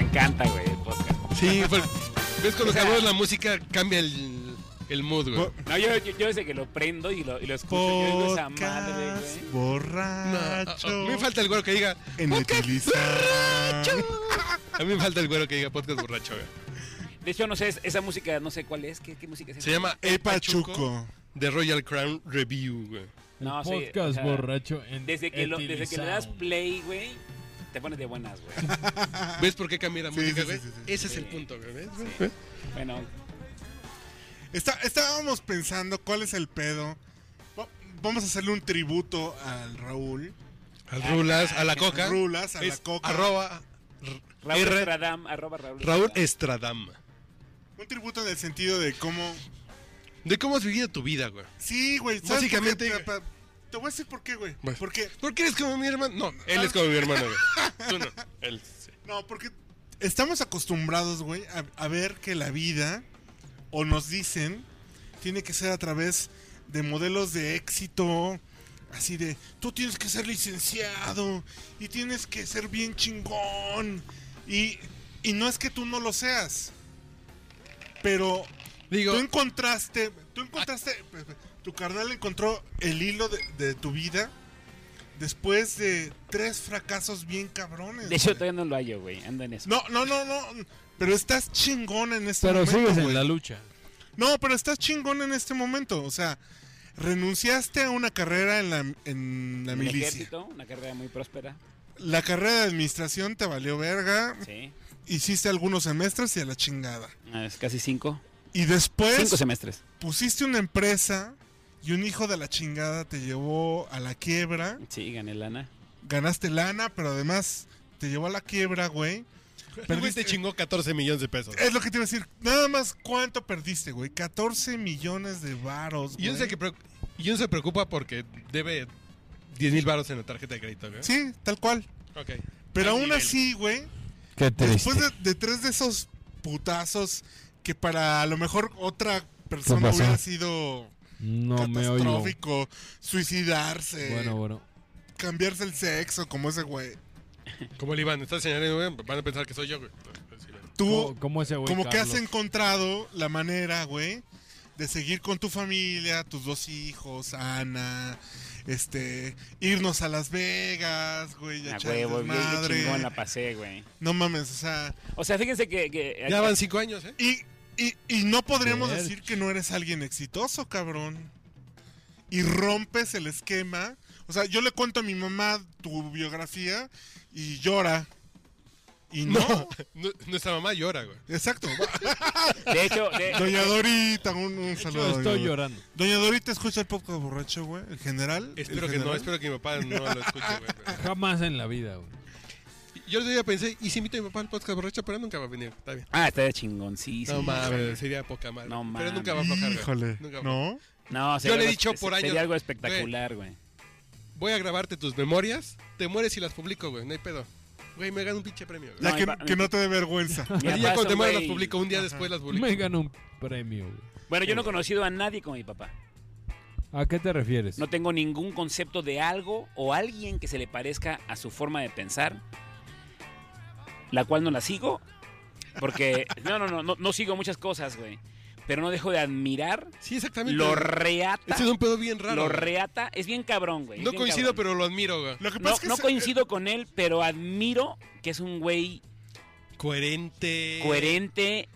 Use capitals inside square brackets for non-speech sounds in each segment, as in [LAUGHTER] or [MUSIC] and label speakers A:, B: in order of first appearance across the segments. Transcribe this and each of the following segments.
A: encanta, güey, el podcast.
B: Sí, [LAUGHS] pues, ves cuando
A: O sea-
B: acabó la música cambia el, el mood, güey.
C: Bo-
A: No, yo, yo, yo desde que lo prendo y lo, y lo escucho, yo digo esa madre,
C: Podcast
A: güey.
B: No, a-
C: borracho.
B: a mí me falta el güero que diga.
C: en utilizar.
B: A mí me falta el güero que diga podcast borracho, güey.
A: De hecho, no sé, es- esa música, no sé cuál es, ¿qué, qué música es esa?
B: Se llama
C: El
B: El Pachuco
C: Pachuco.
B: de Royal Crown Review, güey.
D: El
A: No, sí,
D: podcast
A: o sea,
D: borracho en
A: Desde que, lo- desde que le das
D: Etilisound.
A: play, güey, te pones de buenas, güey.
B: ¿Ves por qué cambia la
C: Ah. Sí,
B: música,
C: sí,
B: güey?
C: sí, sí, sí.
B: Ese es el
A: Sí.
B: punto, güey. ¿ves?
A: Sí. Bueno,
C: Está- estábamos pensando cuál es el pedo. Va- Vamos a hacerle un tributo al Raúl.
B: Al Rulas, a la coca.
C: Rulas, a
B: Es
C: la coca.
B: Arroba r-
A: Raúl
B: R-
A: Estradam, arroba Raúl
B: Raúl
A: Estradam.
B: Estradam.
C: Un tributo en el sentido de cómo.
B: ¿De cómo has vivido tu vida, güey?
C: Sí, güey. ¿sabes por qué?
B: Básicamente-
C: Pa- pa- Te voy a decir por qué, güey.
B: Bueno.
C: Porque.
B: ¿Por qué eres como mi hermano? No, él es como mi hermano,
C: [LAUGHS]
B: güey. Tú no. Él, sí.
C: No, porque estamos acostumbrados, güey, a, a ver que la vida, o nos dicen, tiene que ser a través de modelos de éxito. Así de, tú tienes que ser licenciado y tienes que ser bien chingón. Y, y no es que tú no lo seas. Pero
B: Digo,
C: tú encontraste, tú encontraste, tu carnal encontró el hilo de, de tu vida después de tres fracasos bien cabrones.
A: De hecho,
C: güey.
A: todavía no lo hallo, güey, ando en eso.
C: No, no, no, no. Pero estás chingón en este
D: Pero
C: momento.
D: sigues en
C: güey.
D: la lucha.
C: No, pero estás chingón en este momento. O sea, renunciaste a una carrera en la, en la
A: En el
C: milicia.
A: ejército, una carrera muy próspera,
C: La carrera de administración te valió verga.
A: sí.
C: Hiciste algunos semestres y a la chingada.
A: Ah, Es casi cinco,
C: Y después
A: cinco semestres.
C: pusiste una empresa y un hijo de la chingada te llevó a la quiebra.
A: Sí, gané lana.
C: Ganaste lana, pero además te llevó a la quiebra, güey.
B: el güey te chingó 14 este millones de pesos.
C: Es lo que te iba a decir. Nada más, ¿cuánto perdiste, güey? 14 millones de varos,
B: Y
C: güey.
B: uno se, que preocu- y uno se preocupa porque debe 10 mil baros en la tarjeta de crédito, güey.
C: Sí, tal cual.
B: Ok. ¿Eh? Al
C: Pero aún
B: nivel.
C: así, güey,
D: Qué
C: después de, de tres de esos putazos que para a lo mejor otra persona
D: pasó?
C: hubiera sido
D: No me oigo.
C: catastrófico, suicidarse,
D: Bueno, bueno.
C: cambiarse el sexo, como ese güey.
B: Como el Iván, está señalando, güey, van a pensar que soy yo, güey. Sí, güey.
C: Tú,
D: ¿Cómo, cómo ese güey?
C: como que has
D: Carlos?
C: encontrado la manera, güey, de seguir con tu familia, tus dos hijos, Ana, este, irnos a Las Vegas, güey, a
A: A
C: echar
A: huevo, bien bien
C: desmadre.
A: chingón la pasé, güey.
C: No mames, o sea,
A: O sea, fíjense que... que [LAUGHS]
B: Ya van 5 años, ¿eh?
C: Y, y- y no podríamos
D: Ver.
C: decir que no eres alguien exitoso, cabrón. Y rompes el esquema. O sea, yo le cuento a mi mamá tu biografía y llora. Y no.
B: No, nuestra mamá llora, güey.
C: Exacto. [LAUGHS]
A: De hecho, de-
C: Doña Dorita, un, un saludo.
D: Yo
C: doña
D: estoy
C: Dorita.
D: llorando.
C: Doña Dorita escucha el podcast borracho, güey. El general.
B: Espero
C: ¿El
B: que no,
C: general?
B: espero que mi papá no lo escuche, güey. pero-
D: Jamás en la vida, güey.
B: Yo el otro día pensé, ¿y si invito a mi papá al podcast borracho? Pero nunca va a venir, está bien.
A: Ah, está de chingoncísimo.
B: No mames, sería poca madre.
A: No
B: pero
A: mames.
B: nunca va a aflojar. güey.
C: Híjole.
B: Nunca va-
C: No.
A: No, sería
B: Yo le he
A: algo-
B: dicho por años,
A: Sería algo espectacular, güey.
B: Voy a grabarte tus memorias, te mueres y las publico, güey, no hay pedo. Güey, me gano un pinche premio, güey.
C: Ya
A: No,
C: que,
A: y va-
C: que no te dé vergüenza.
A: Mi
B: Así
A: papá
B: ya
A: es
B: cuando te
A: un
B: mueras las
A: güey-
B: publico, un día después las publico.
D: Me gano un premio, güey.
A: Bueno, yo no he conocido a nadie como mi papá.
D: ¿A qué te refieres?
A: No tengo ningún concepto de algo o alguien que se le parezca a su forma de pensar, la cual no la sigo,
B: [LAUGHS]
A: porque no, no, no, no, no sigo muchas cosas, güey. Pero no dejo de admirar
B: Sí, exactamente.
A: lo
B: güey.
A: reata,
B: Este es un pedo bien raro.
A: lo
B: güey.
A: reata, es bien cabrón, güey. es
B: No
A: bien
B: coincido,
A: cabrón.
B: pero lo admiro, güey.
C: Lo que pasa
A: no,
C: es que
A: no
C: se-
A: coincido con él, pero admiro que es un güey
B: Coherente.
A: coherente.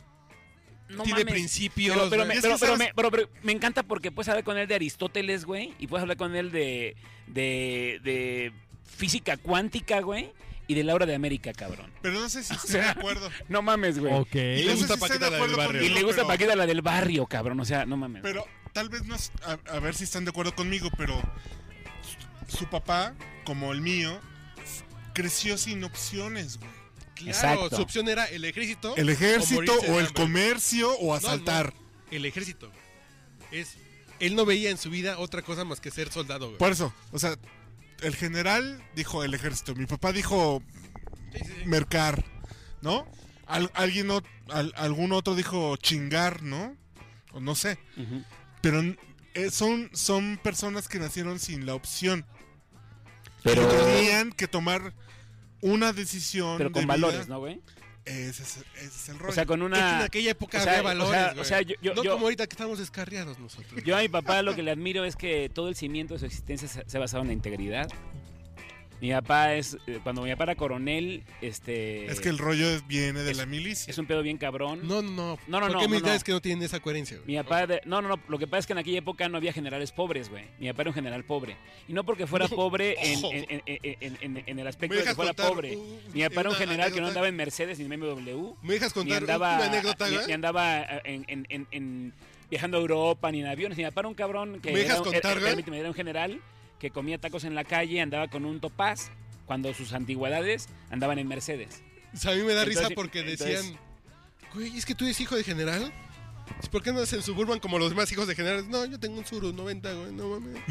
A: No
B: tiene
A: mames.
B: principios.
A: Pero, pero
B: güey.
A: me,
C: Es que
A: pero- pero
C: sabes-
A: me- pero- pero me encanta porque puedes hablar con él de Aristóteles, güey. Y puedes hablar con él de, de, de física cuántica, güey. Y de Laura de América, cabrón.
C: Pero no sé si estoy de acuerdo.
A: No mames, güey.
D: Ok.
C: Y
B: le
C: no sé
B: gusta
C: si estoy de
B: Paquita la del
C: acuerdo
B: barrio.
A: Y
C: contigo,
A: le gusta
C: pero-
A: Paquita la del barrio, cabrón. O sea, no mames.
C: Pero tal vez no es- a, a ver si están de acuerdo conmigo, pero su, su papá, como el mío, creció sin opciones, güey.
B: Claro,
A: Exacto.
B: su opción era el ejército.
C: El ejército
B: morirse de
C: o el
B: hambre.
C: comercio o
B: No, no,
C: asaltar.
B: el ejército. güey. Es, él no veía en su vida otra cosa más que ser soldado, güey.
C: Por eso, o sea, el general dijo el ejército, mi papá dijo
B: Sí, sí, sí.
C: mercar, ¿no? Al- alguien o- al- algún otro dijo chingar, ¿no? O no sé.
A: Ujú.
C: Pero eh, son, son personas que nacieron sin la opción.
A: pero,
C: que tenían que tomar una decisión
A: pero
C: de
A: con
C: vida
A: valores, ¿no, güey?
C: Ese es, ese es el rollo.
A: O sea, con
B: Es que en
A: una.
B: aquella época
A: o sea,
B: había
A: o sea,
B: valores,
A: o
B: güey.
A: sea, yo- yo-
B: no
A: yo-
B: como ahorita que estamos descarriados nosotros.
A: Yo a mi papá lo que le admiro es que todo el cimiento de su existencia se se ha basado en la integridad. Mi papá es. eh, Cuando mi papá era coronel, este.
C: es que el rollo es- viene de
A: es-
C: la milicia.
A: es un pedo bien cabrón.
B: No, no, no.
A: No, no,
B: ¿Por
A: no,
B: qué
A: no,
B: militares
A: no.
B: que no tienen esa coherencia, güey?
A: Mi papá, de- no, no, no, lo que pasa es que en aquella época no había generales pobres, güey. Mi papá era un general pobre. Y no porque
B: [LAUGHS]
A: fuera pobre en,
B: Ojo.
A: en- en- en- en- en el
B: ¿Me
A: aspecto de que
B: dejas
A: fuera
B: contar
A: pobre.
B: un-
A: Mi papá era un
B: una
A: general que no
B: anécdota?
A: andaba en Mercedes ni en BMW,
B: ¿Me dejas
A: ni
B: contar
A: andaba,
B: una anécdota,
A: ni,
B: güey?
A: ni andaba eh, en, en- en- en- viajando a Europa ni en aviones. Mi papá era un cabrón que
B: ¿Me dejas
A: era, un-
B: contar,
A: era-
B: güey?
A: permíteme, era un general que comía tacos en la calle, andaba con un topaz cuando sus antigüedades andaban en Mercedes.
B: O sea, a mí me da risa
A: Entonces,
B: porque
A: entonces-
B: decían, güey, es que tú eres hijo de general. Pues, ¿Por qué no en Suburban como los demás hijos de generales? No, yo tengo un Suru 90, güey, no
A: [LAUGHS]
B: mames.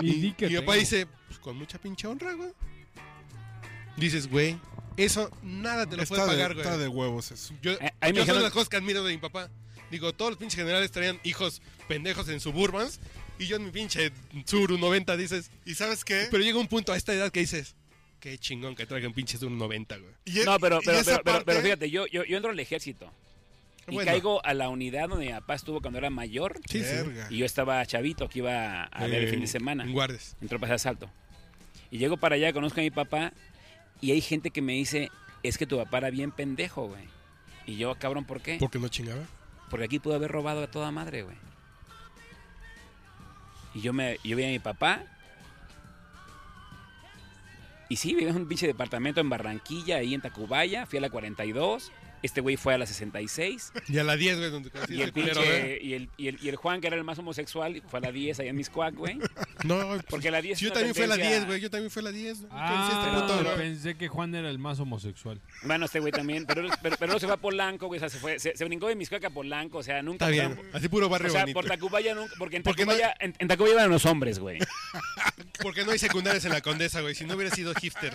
D: Y, di que
B: y mi papá
D: tengo.
B: dice, pues con mucha pinche honra, güey. Dices, güey, eso nada te lo puede
C: está,
B: pagar,
C: de,
B: güey.
C: está de huevos eso.
B: Yo,
A: Eh, ahí me
B: yo son
A: dijeron-
B: las cosas que admiro de mi papá. Digo, todos los pinches generales traían hijos pendejos en Suburbans. Y yo en mi pinche Suru 90 dices... "¿Eh?".
C: ¿Y sabes qué?
B: Pero llega un punto a esta edad que dices, qué chingón que traigan pinches Suru 90, güey.
C: Y- e
A: No, pero,
C: y
A: pero,
C: esa
A: pero, pero- pero
C: parte-
A: fíjate, yo, yo, yo entro al ejército. Y
B: Bueno.
A: caigo a la unidad donde mi papá estuvo cuando era mayor.
B: Sí, sí.
C: Verga.
A: Y yo estaba chavito que iba a ver el
B: Eh,
A: fin de semana.
B: en Guardes.
A: En tropas de asalto. Y llego para allá, conozco a mi papá. Y hay gente que me dice, es que tu papá era bien pendejo, güey. Y yo, cabrón, ¿por qué?
B: Porque no chingaba.
A: Porque aquí pudo haber robado a toda madre, güey. Y yo, me, yo vi a mi papá. Y sí, vivimos en un pinche departamento en Barranquilla, ahí en Tacubaya. Fui a la 42. Este güey fue a la
B: [LAUGHS]
A: 66.
B: Y a la 10, güey, donde conocí
A: y,
B: a ese
A: el
B: culero, ¿eh?
A: pinche, y, el, y, el, y el Juan, que era el más homosexual, fue a la 10 allá en Miscuac, güey.
B: No, porque
A: Porque la 10 es
B: yo
A: una
B: también fui a la
A: tendencia-
B: 10, güey. Yo también fui a la 10. güey.
D: Ah,
B: ¿Qué dice este puto, güey?
D: pensé que Juan era el más
A: [LAUGHS]
D: homosexual.
A: Bueno, este güey también. Pero, pero, pero no se fue a Polanco, güey. O sea, se, fue, se, se brincó de Miscuac a Polanco. O sea, nunca.
B: Está
A: pasaron
B: bien. Así puro
A: por-
B: barrio
A: O sea,
B: bonito.
A: por Tacubaya nunca. Porque en
B: Porque no-
A: Tacubaya, en, en Tacubaya iban los hombres, güey.
B: Porque no hay secundarias en la Condesa, güey. Si no hubiera sido
A: [LAUGHS]
B: hipster.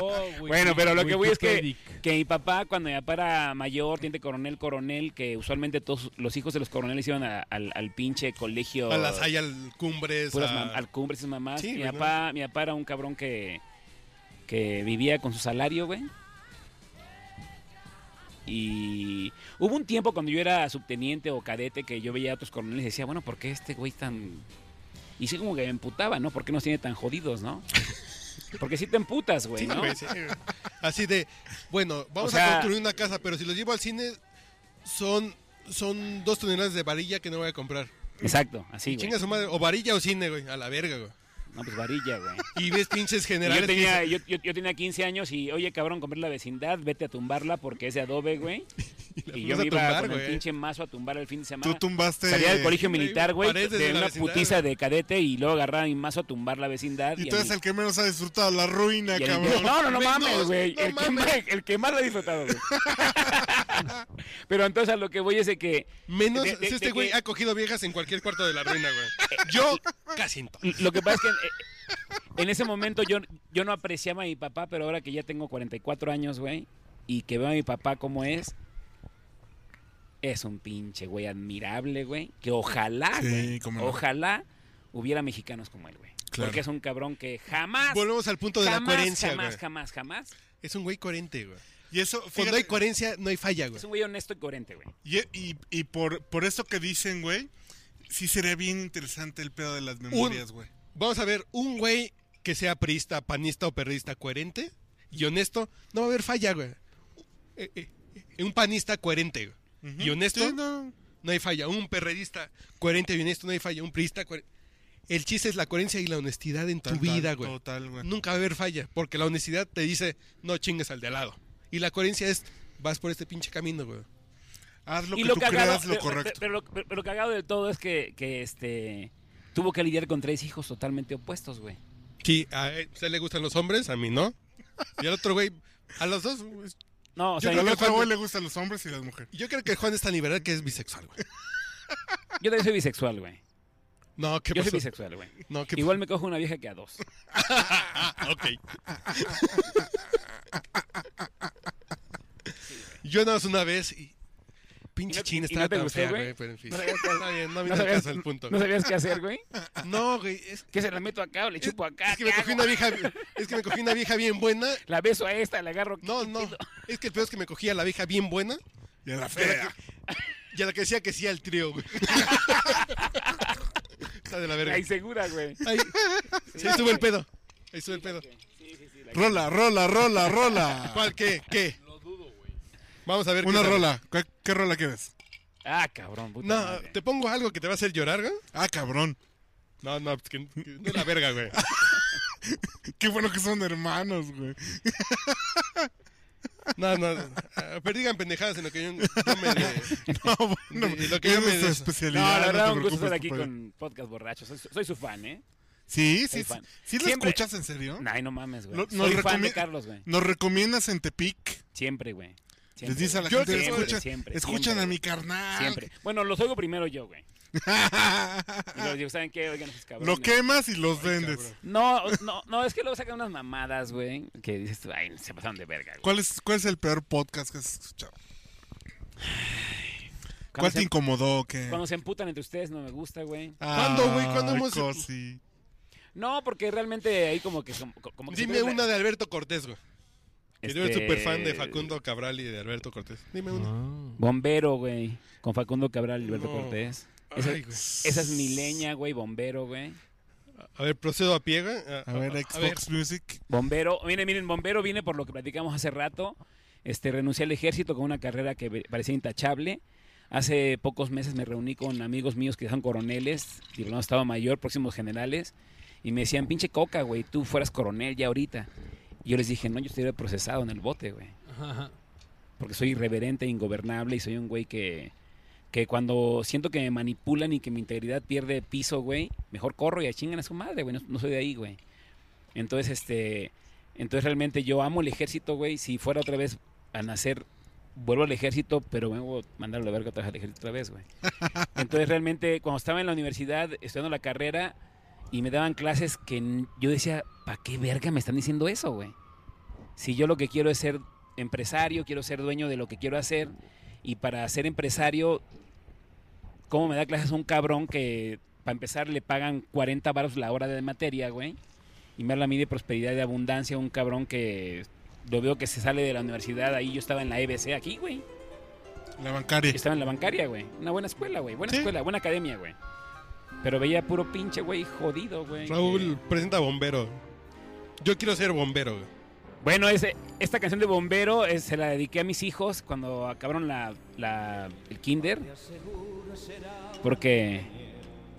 A: Oh, Bueno, pero lo que voy es que,
D: Wikipedic.
A: que mi papá, cuando mi papá era mayor, teniente coronel, coronel, que usualmente todos los hijos de los coroneles iban a- al, al pinche colegio.
B: A las hay al Cumbres.
A: puras
B: a-
A: mam- al cumbre, esas mamás.
B: Sí,
A: mi,
B: güey,
A: papá, mi papá era un cabrón que, que vivía con su salario, güey. Y hubo un tiempo cuando yo era subteniente o cadete que yo veía a otros coroneles y decía, bueno, ¿por qué este güey tan...? Y sí como que me emputaba, ¿no? ¿Por qué nos tiene tan jodidos,
B: [LAUGHS]
A: no? Porque sí te emputas, güey,
B: Sí,
A: ¿no?
B: güey, sí, güey. Así de, bueno, vamos
A: O sea-
B: a construir una casa, pero si los llevo al cine, son, son dos toneladas de varilla que no voy a comprar.
A: Exacto, así, güey.
B: Chinga su madre. O varilla o cine, güey. A la verga, güey.
A: No, pues varilla, güey.
B: Y ves pinches
A: [LAUGHS] Y Yo
B: generales. que
A: tenía, yo, yo- yo tenía 15 años y, oye, cabrón, compré la vecindad, vete a tumbarla porque es de adobe, güey.
B: [LAUGHS] la
A: Y yo
B: fuimos
A: me iba
B: a tumbar,
A: con el
B: güey.
A: pinche mazo a tumbar el fin de
C: Tú
A: semana.
C: tumbaste.
A: Salía del colegio
B: güey,
A: militar, güey,
B: paredes de
A: de
B: la
A: una
B: vecindad,
A: putiza
B: güey.
A: de cadete y luego agarraban mi mazo a tumbar la vecindad.
C: Y
A: a
C: tú eres
A: mi-
C: el que menos ha disfrutado la ruina,
A: y a mi-
C: cabrón.
A: No, no, no
B: Güey,
A: mames,
B: no,
A: güey.
B: no
A: el, que más- el que más la ha disfrutado,
B: [LAUGHS]
A: güey. Pero entonces a lo que voy es de que
B: Menos
A: De- de-
B: si
A: de
B: este güey
A: que-
B: ha cogido viejas en cualquier cuarto de la ruina, güey. Yo casi en todo.
A: Lo que pasa es que en, en ese momento yo, yo no apreciaba a mi papá, pero ahora que ya tengo 44 años, güey, y que veo a mi papá como es, es un pinche güey admirable, güey, que ojalá,
C: Sí,
A: güey,
C: cómo no.
A: ojalá hubiera mexicanos como él, güey.
C: Claro.
A: Porque es un cabrón que jamás,
B: Volvemos al punto de la
A: jamás,
B: coherencia,
A: jamás,
B: güey.
A: jamás, jamás,
B: Es un güey coherente, güey.
C: Y eso,
B: Cuando hay
C: fíjate,
B: coherencia, no hay falla, güey.
A: es un güey honesto y coherente, güey.
C: y, y, y por, por esto que dicen, güey, sí sería bien interesante el pedo de las memorias, güey.
B: Vamos a ver, un güey que sea priista, panista o perrista coherente y honesto, no va a haber falla, güey. Eh, eh, eh, Un panista coherente güey,
C: Ujú.
B: y honesto,
C: Sí,
B: no.
C: no.
B: hay falla. Un perredista coherente y honesto, no hay falla. Un priista coherente. El chiste es la coherencia y la honestidad en tu
C: Total,
B: vida, güey.
C: Total, güey.
B: Nunca va a haber falla, porque la honestidad te dice, no chingues al de al lado. Y la coherencia es, vas por este pinche camino, güey.
C: Haz lo
A: Y
C: que tú creas lo
A: pero-
C: correcto.
A: Pero, lo- pero lo cagado de todo es que, que este, tuvo que lidiar con tres hijos totalmente opuestos, güey.
B: Sí, a él, a usted le gustan los hombres, a mí no. Y al otro güey, a los dos. güey,
A: No, o sea,
B: Yo creo
C: Al
B: que
C: otro güey
B: cuando-
C: le gustan los hombres y las mujeres.
B: Yo creo que Juan es tan liberal que es bisexual, güey.
A: yo también soy bisexual,
B: [LAUGHS]
A: güey.
B: No, ¿qué
A: Yo soy
B: pasó?
A: bisexual, güey.
B: No, ¿qué
A: Igual me cojo una vieja que a dos.
B: pasó? Ok. Yo nada más una vez y... pinche
A: ¿Y no-
B: china
A: y no
B: estaba
A: te
B: tan
A: gustó,
B: fea,
A: güey?
B: güey, pero en fin.
A: ¿No sabías cuál-
B: Está bien, no me
A: no
B: da
A: sabías- [LAUGHS]
B: caso el punto.
A: ¿No sabías qué hacer, güey?
B: No, güey, es,
A: ¿Qué se la meto acá o le chupo acá?
B: es que me
A: ¿Qué
B: cogí
A: hago?
B: una vieja, es que me cogí una vieja bien buena.
A: La beso a esta, la agarro.
B: No, no, es que el peor es que me cogí a la vieja bien buena
C: Y a la fea.
B: y a la que decía que sí al
A: [LAUGHS]
B: trío, güey. Está de la verga.
A: Ahí segura, güey.
B: Ahí, sí, ahí sube el pedo. Ahí sube el pedo.
A: Sí, sí, sí. la-
C: Rola, rola,
A: [LAUGHS]
C: rola, rola.
B: ¿Cuál? ¿Qué? ¿Qué? Vamos a ver.
C: Una
B: qué tal.
C: rola. ¿Cuál- ¿Qué, rola quieres?
A: Ah, cabrón, puta
B: No,
A: madre.
B: ¿te pongo algo que te va a hacer llorar, güey?
C: Ah, cabrón.
B: No, no, pues que, que no es la verga, güey.
C: Qué bueno que son hermanos, güey. [LAUGHS]
B: No, no. ah, Pero digan pendejadas en lo que yo, yo me...
C: No, bueno.
B: Y lo que yo
C: es
B: me
C: nuestra
B: des-
A: No,
C: especialidad.
A: la verdad,
C: te
A: un gusto
C: preocupes,
A: estar aquí
C: compadre.
A: con Podcast Borracho. Soy, soy su fan, ¿eh?
C: Sí, sí,
A: Soy
C: sí.
A: fan.
C: ¿Sí lo
A: Siempre-
C: escuchas en serio?
A: Ay, no mames, güey.
C: Lo- nos
A: soy fan de
C: recomie-
A: Carlos, güey.
C: Nos recomiendas en Tepic.
A: Siempre, güey. Siempre,
C: Les dices a la
A: güey.
B: Yo
C: gente,
B: creo que
A: siempre,
C: escucha-
A: siempre,
C: escuchan
A: siempre,
C: a mi
A: güey.
C: carnal. [LAUGHS]
A: Siempre. Bueno, los oigo primero yo, güey. Y luego digo, ¿saben qué? Oigan, esos
C: lo
A: cabrones.
C: quemas y los vendes.
B: cabrón.
A: No, no, no, es que luego sacan unas mamadas, güey. Que dices, tú, ay, se pasaron de verga, güey.
C: ¿Cuál es, ¿Cuál es el peor podcast que has escuchado?
A: Cuando
C: ¿Cuál
A: se-
C: te incomodó? ¿Qué? Ah,
A: Cuando se emputan entre ustedes no me gusta, güey.
B: ¿Cuándo, güey? ¿Cuándo
C: Ay,
B: hemos-
C: cosi.
A: No, porque realmente ahí como que... Como, como que
B: Dime
A: siempre-
B: una de Alberto Cortés, güey. Que yo soy
A: Este,
B: súper fan de Facundo Cabral y de Alberto Cortés. Dime una.
A: Bombero, güey. Con Facundo Cabral y Alberto
B: No.
A: Cortés. Esa,
B: Ay, güey.
A: esa es mi leña, güey. Bombero, güey.
B: A ver, procedo a pie, güey.
C: A ver, Xbox Music.
A: Bombero. Miren, miren, bombero viene por lo que platicamos hace rato. Este, renuncié al ejército con una carrera que ve- parecía intachable. Hace pocos meses me reuní con amigos míos que son coroneles, diplomados de Estado Mayor, próximos generales, y me decían, pinche coca, güey, tú fueras coronel ya ahorita. Y yo les dije, no, yo estuviera procesado en el bote, güey. Ah. porque soy irreverente, ingobernable y soy un güey que, que cuando siento que me manipulan y que mi integridad pierde piso, güey, mejor corro y a chingan a su madre, güey, no, no soy de ahí, güey. Entonces, este, entonces realmente yo amo el ejército, güey, si fuera otra vez a nacer, vuelvo al ejército, pero me voy a mandar a la verga otra vez al ejército otra vez, güey. Entonces realmente cuando estaba en la universidad estudiando la carrera y me daban clases que n- yo decía, ¿para qué verga me están diciendo eso, güey? Si yo lo que quiero es ser empresario, quiero ser dueño de lo que quiero hacer. Y para ser empresario, ¿cómo me da clases un cabrón que para empezar le pagan 40 baros la hora de materia, güey? Y me habla a mí de prosperidad y de abundancia, un cabrón que lo veo que se sale de la universidad. Ahí yo estaba en la EBC aquí, güey.
C: La bancaria.
A: Yo estaba en la bancaria, güey. Una buena escuela, güey. Buena
B: Sí.
A: escuela, buena academia, güey. Pero veía puro pinche, güey, jodido, güey.
B: Raúl,
A: que-
B: presenta bombero. Yo quiero ser bombero, güey.
A: Bueno, ese- esta canción de Bombero eh, se la dediqué a mis hijos cuando acabaron la, la- el kinder. Porque...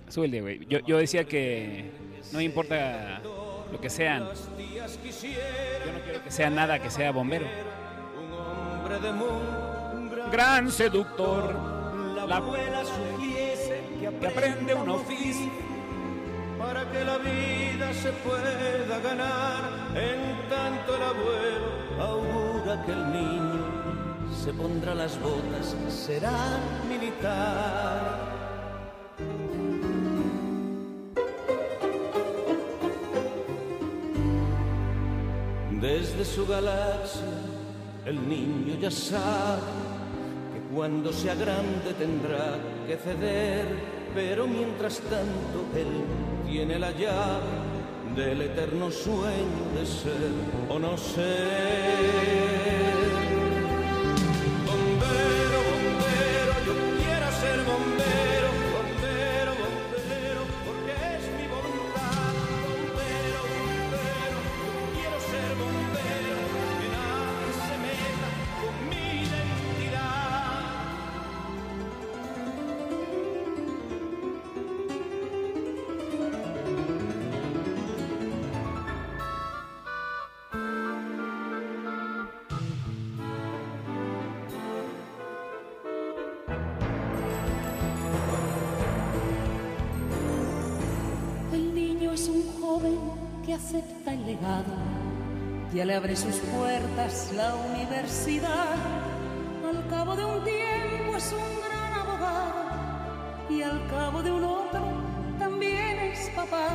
A: Suele, güey. Yo, yo decía que no me importa lo que sean. Yo no quiero que sea nada que sea bombero. Gran seductor, la abuela sugiere que aprende un oficio.
E: para que la vida se pueda ganar. En tanto el abuelo augura que el niño se pondrá las botas, será militar. Desde su galaxia el niño ya sabe que cuando sea grande tendrá que ceder, pero mientras tanto él tiene la llave del eterno sueño de ser o no ser. Bombero, bombero, yo quiero ser bombero, bombero, bombero, porque es mi voluntad. Bombero, bombero, yo quiero ser bombero, que nadie se meta con mi identidad.
F: El niño es un joven que acepta el legado. Ya le abre sus puertas la universidad. Al cabo de un tiempo es un gran abogado y al cabo de un otro también es papá.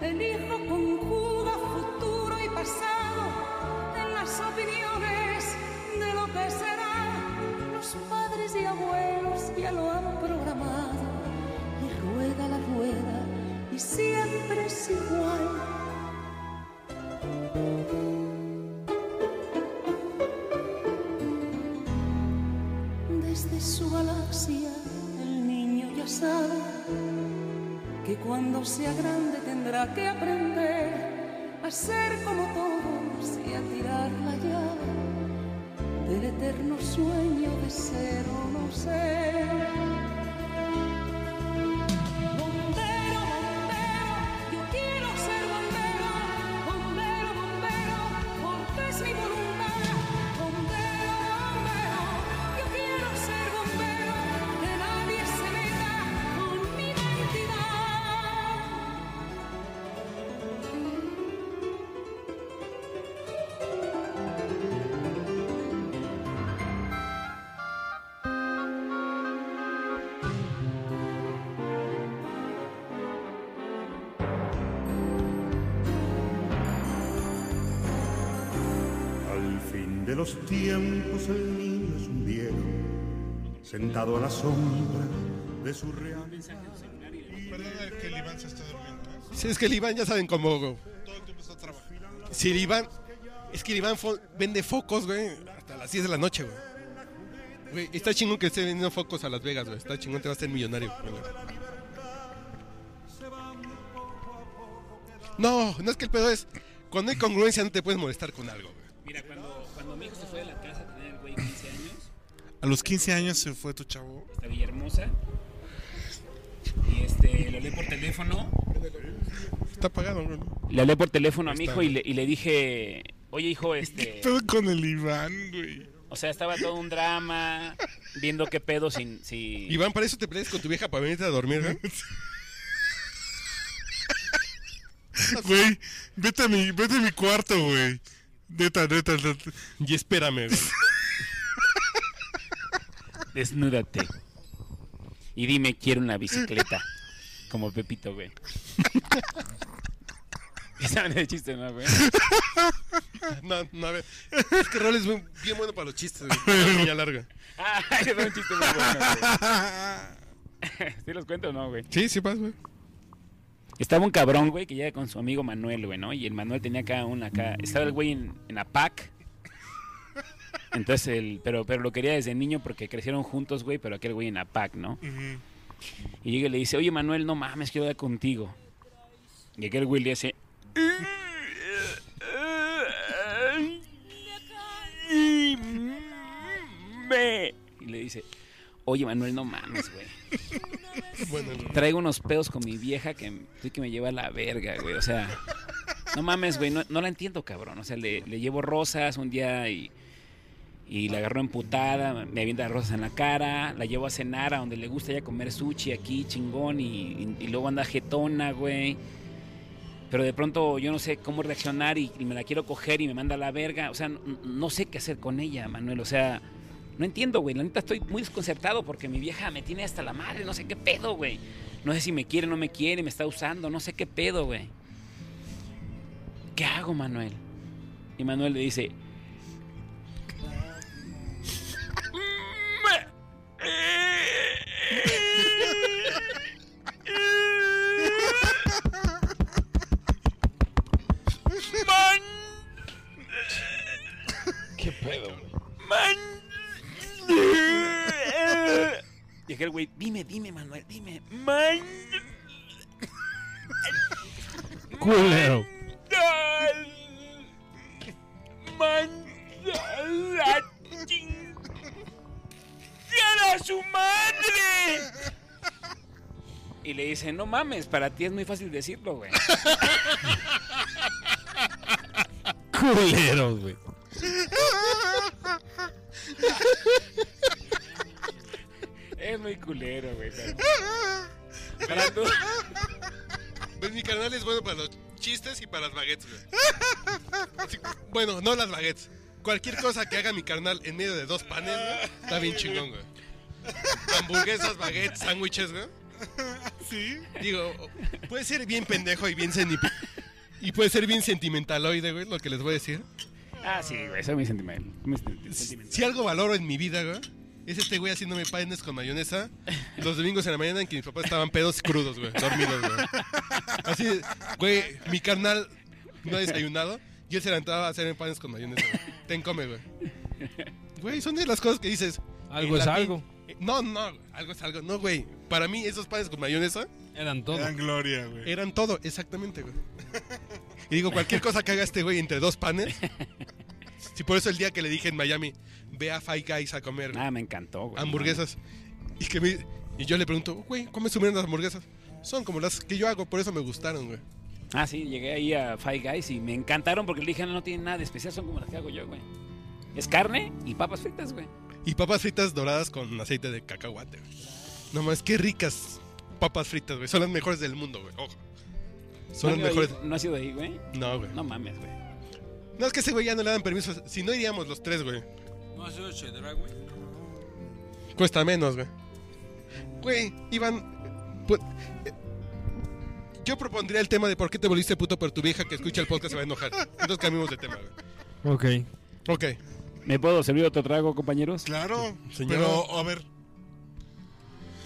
F: El hijo conjuga futuro y pasado en las opiniones de lo que será. Lo sus padres y abuelos ya lo han programado. Y rueda la rueda y siempre es igual. Desde su galaxia el niño ya sabe que cuando sea grande tendrá que aprender a ser como todos y a tirar la llave del eterno sueño de ser o no ser. Bombero, bombero, yo quiero ser bombero, bombero, bombero, porque es mi voluntad. Bombero, bombero, yo quiero ser bombero, que nadie se meta con mi identidad.
G: Al fin de los tiempos el niño es un viejo, sentado a la sombra de su real.
C: Perdona que el Iván se está durmiendo. ¿eh?
B: Sí, es que el Iván ya saben cómo, güey.
C: Todo el tiempo está trabajando.
B: Si el Iván. Es que el Iván fo- vende focos, güey. Hasta las 10 de la noche, güey. Güey, está chingón que esté vendiendo focos a Las Vegas, güey. Está chingón, te vas a hacer millonario. güey. No, no es que el pedo es. Cuando hay congruencia, no te puedes molestar con algo, güey.
A: Mira, cuando, cuando mi hijo se fue de la casa a tener, güey, 15 años,
C: A los 15 años se fue tu chavo.
A: esta Villahermosa, y este, lo hablé por teléfono.
B: Está pagado, güey.
A: Le hablé por teléfono a mi
B: Está
A: hijo y le, y le dije, oye, hijo,
C: ¿Qué
A: este...
C: pedo con el Iván, güey?
A: O sea, estaba todo un drama, viendo qué pedo sin... Si...
B: Iván, para eso te peleas con tu vieja para venirte a dormir, güey.
C: Güey, vete a mi, vete a mi cuarto, güey. Neta, neta, neta.
B: Y espérame, güey. [LAUGHS]
A: Desnúdate. Y dime, quiero una bicicleta. Como Pepito, güey. [LAUGHS] ¿Y saben el chiste, no, güey? [LAUGHS]
B: No, no, a ver. Es que Rol es bien, bien bueno para los chistes, [LAUGHS] güey. Ya larga.
A: Ay, es un chiste muy bueno, güey. [LAUGHS] ¿Sí los cuento o no, güey?
B: Sí, sí pasa, güey.
A: Estaba un cabrón, güey, que llega con su amigo Manuel, güey, ¿no? Y el Manuel tenía acá una acá. Estaba el güey en, en APAC. Entonces, el, pero, pero lo quería desde niño porque crecieron juntos, güey, pero aquel güey en APAC, ¿no? Y llega y le dice, oye, Manuel, no mames, quiero hablar contigo. Y aquel güey le hace... Y le dice, oye, Manuel, no mames, güey
B: Bueno, güey.
A: traigo unos pedos con mi vieja que, sí que me lleva a la verga, güey. O sea, no mames, güey, no, no la entiendo, cabrón. O sea, le, le llevo rosas un día y, y la agarró emputada, me avienta rosas en la cara, la llevo a cenar a donde le gusta ya comer sushi aquí, chingón, y, y- y luego anda jetona, güey. Pero de pronto yo no sé cómo reaccionar y, y me la quiero coger y me manda a la verga. O sea, no, no sé qué hacer con ella, Manuel. O sea, no entiendo, güey. La neta estoy muy desconcertado porque mi vieja me tiene hasta la madre. No sé qué pedo, güey. No sé si me quiere, no me quiere, me está usando, no sé qué pedo, güey. ¿Qué hago, Manuel? Y Manuel le dice... Y aquel güey, dime, dime, Manuel, dime. Man...
D: Culero.
A: ¡La ching- ¡Quiero a su madre! Y le dice, no mames, para ti es muy fácil decirlo, güey.
D: Culeros, güey.
A: Es muy culero, güey. pero- Para tú-
B: Pues mi canal es bueno para los chistes y para las baguettes, güey. Sí, bueno, no las baguettes. Cualquier cosa que haga mi carnal en medio de dos panes, güey, está bien chingón, güey. Hamburguesas, baguettes, sándwiches, güey.
C: Sí.
B: Digo, puede ser bien pendejo y bien seni- Y puede ser bien sentimentaloide, güey, lo que les voy a decir.
A: Ah, sí, güey, eso es muy sentimental. Muy sentimental.
B: Si algo valoro en mi vida, güey, Es este güey haciéndome panes con mayonesa los domingos en la mañana en que mis papás estaban pedos y crudos, güey, dormidos, güey. Así, güey, mi carnal no ha desayunado y él se levantaba a hacerme panes con mayonesa, güey. Ten come, güey. Güey, son de las cosas que dices.
D: Algo
B: eh,
D: es
B: la pin-
D: algo.
B: eh, No, no, algo es algo. No, güey. Para mí, esos panes con mayonesa
D: Eran todo.
C: Gran gloria, güey.
B: eran todo, exactamente, güey. Y digo, cualquier cosa que haga este güey entre dos panes. Si por eso el día que le dije en Miami, ve a Five Guys a comer güey,
A: Ah, me encantó, güey.
B: hamburguesas. Y, que me- y yo le pregunto, güey, ¿cómo se las hamburguesas? Son como las que yo hago, por eso me gustaron, güey.
A: Ah, sí, llegué ahí a Five Guys y me encantaron porque le dije, no, no tienen nada de especial, son como las que hago yo, güey. Es carne y papas fritas, güey.
B: Y papas fritas doradas con aceite de cacahuate, güey. No más, qué ricas papas fritas, güey. Son las mejores del mundo, güey. Ojo.
A: ¿No
B: Son las
A: has ido ahí?
B: mejores.
A: ¿No has ido ahí, güey?
B: No, güey.
A: No mames, güey.
B: No, es que ese güey ya no le dan permiso. Si no iríamos los tres, güey.
H: ¿No has hecho cheddar, güey?
B: Cuesta menos, güey. Güey, Iván. pu- eh, Yo propondría el tema de por qué te volviste puto por tu vieja que escucha el podcast se va a enojar. Entonces cambiamos de tema, güey.
D: Ok.
B: Ok.
A: ¿Me puedo servir otro trago, compañeros?
C: Claro.
B: Señor.
C: Pero, a ver,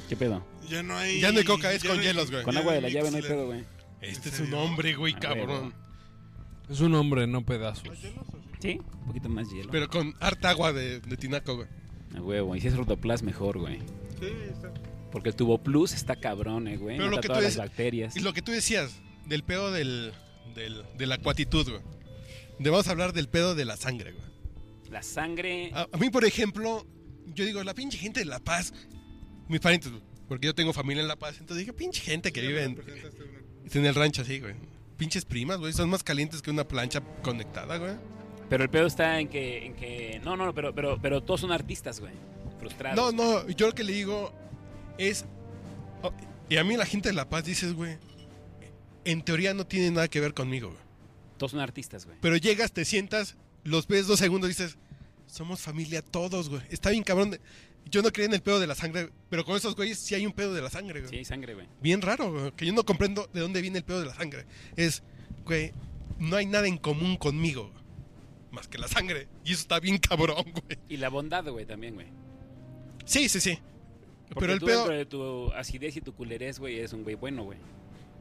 A: ¿Qué pedo?
C: ya no hay.
B: Ya no hay coca, es
C: ya
B: con
C: no hay-
B: hielos, güey.
A: Con
C: ya
A: agua de la
C: hay
A: llave no hay
C: Mixler.
A: pedo, güey.
B: Este es un hombre, güey,
A: Ah,
B: cabrón.
A: güey.
D: Es un hombre, no pedazos.
A: Sí, un poquito más hielo.
B: Pero con harta agua de, de tinaco, güey.
A: A huevo, y si es Rotoplas, mejor, güey.
C: Sí, está.
A: Porque el tubo plus está cabrón, eh, güey.
B: Pero lo
A: Mata
B: que tú
A: todas las
B: dices-
A: bacterias.
B: Y lo que tú decías, del pedo del, del, de la cuatitud, güey. De- Vamos a hablar del pedo de la sangre, güey.
A: La sangre.
B: A, a mí, por ejemplo, yo digo, la pinche gente de La Paz, mis parientes, güey, porque yo tengo familia en La Paz, entonces dije, pinche gente que vive en, en el rancho así, güey. Pinches primas, güey, son más calientes que una plancha conectada, güey.
A: Pero el pedo está en que. En que... No, no, no, pero, pero, pero todos son artistas, güey. Frustrados.
B: No, no, yo lo que le digo es... oh, y a mí la gente de La Paz dices, güey, en teoría no tiene nada que ver conmigo, güey.
A: Todos son artistas, güey.
B: Pero llegas, te sientas, los ves dos segundos y dices, somos familia todos, güey. Está bien cabrón. Yo no creía en el pedo de la sangre, pero con esos güeyes sí hay un pedo de la sangre, güey.
A: Sí, hay sangre, güey.
B: Bien raro, güey, que yo no comprendo de dónde viene el pedo de la sangre. Es, güey, no hay nada en común conmigo, güey, más que la sangre. Y eso está bien cabrón, güey.
A: Y la bondad, güey, también, güey.
B: Sí, sí, sí.
A: Porque
B: Pero el
A: tú
B: pedo...
A: dentro de tu acidez y tu culerez, güey, es un güey bueno, güey.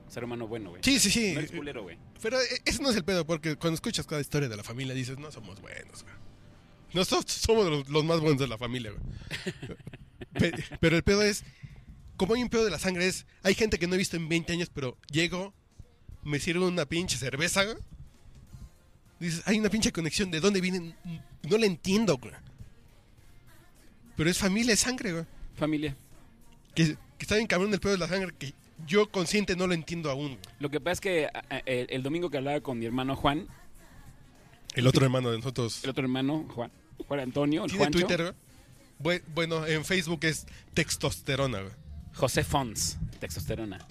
A: Ser humano bueno, güey.
B: Sí, sí, sí.
A: No eres culero, güey.
B: Pero eh, ese no es el pedo, porque cuando escuchas cada historia de la familia dices, no somos buenos, güey. Nosotros somos los, los más buenos de la familia, güey. Pe- pero el pedo es, como hay un pedo de la sangre, es, hay gente que no he visto en 20 años, pero llego, me sirvo una pinche cerveza, güey. Dices, hay una pinche conexión, ¿de dónde vienen? No la entiendo, güey. Pero es familia, es sangre, güey.
A: Familia.
B: Que, que está bien cabrón el pedo de la sangre, que yo consciente no lo entiendo aún. güey.
A: Lo que pasa es que a- a- el, el domingo que hablaba con mi hermano Juan,
B: El otro hermano de nosotros.
A: el otro hermano, Juan, Juan Antonio, el
B: ¿Tiene
A: Juancho,
B: Twitter, güey? Bue- Bueno, en Facebook es textosterona, güey.
A: José Fons, testosterona.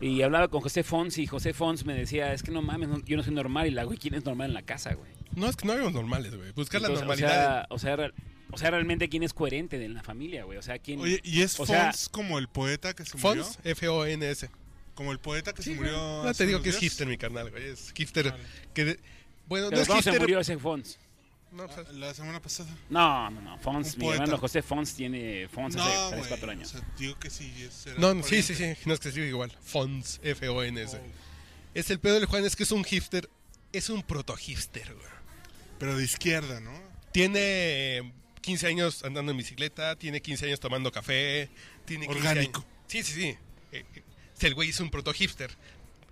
A: Y hablaba con José Fons y José Fons me decía, es que no mames, no- yo no soy normal. Y la güey, ¿quién es normal en la casa, güey?
B: No, es que no habíamos normales, güey. Buscar la
A: Entonces,
B: normalidad.
A: O sea, o sea, re- o sea, realmente, ¿quién es coherente de la familia, güey? O sea, ¿quién...?
C: Oye, ¿y es
A: O
C: Fons
A: sea-
C: como el poeta que se murió?
B: Fons, F-O-N-S.
C: Como el poeta que
B: Sí,
C: se
B: güey.
C: murió.
B: No
C: Ah, hace
B: te digo
C: unos
B: que es
C: días.
B: hipster, mi carnal, güey. Es hipster. Que de- Bueno,
A: Pero
B: no es
A: ¿Cómo
B: hipster.
A: se murió ese Fons?
B: No, o sea,
C: La semana pasada.
A: No, no, no. Fons,
C: Un
A: mi
C: poeta.
A: hermano José Fons tiene Fons hace 3,
C: güey,
A: 4 años.
C: o sea, digo que sí. es- era
B: no, no,
C: pariente.
B: sí, sí, sí. No es que sí, igual. Fons, F-O-N-S.
C: Oh,
B: Es el pedo del Juan, es que es un hipster. Es un proto-hipster, güey.
C: Pero de izquierda, ¿no?
B: Tiene eh, 15 años andando en bicicleta, tiene 15 años tomando café, tiene 15
C: Orgánico.
B: años- Sí, sí, sí. Eh, eh, El güey es un proto hipster.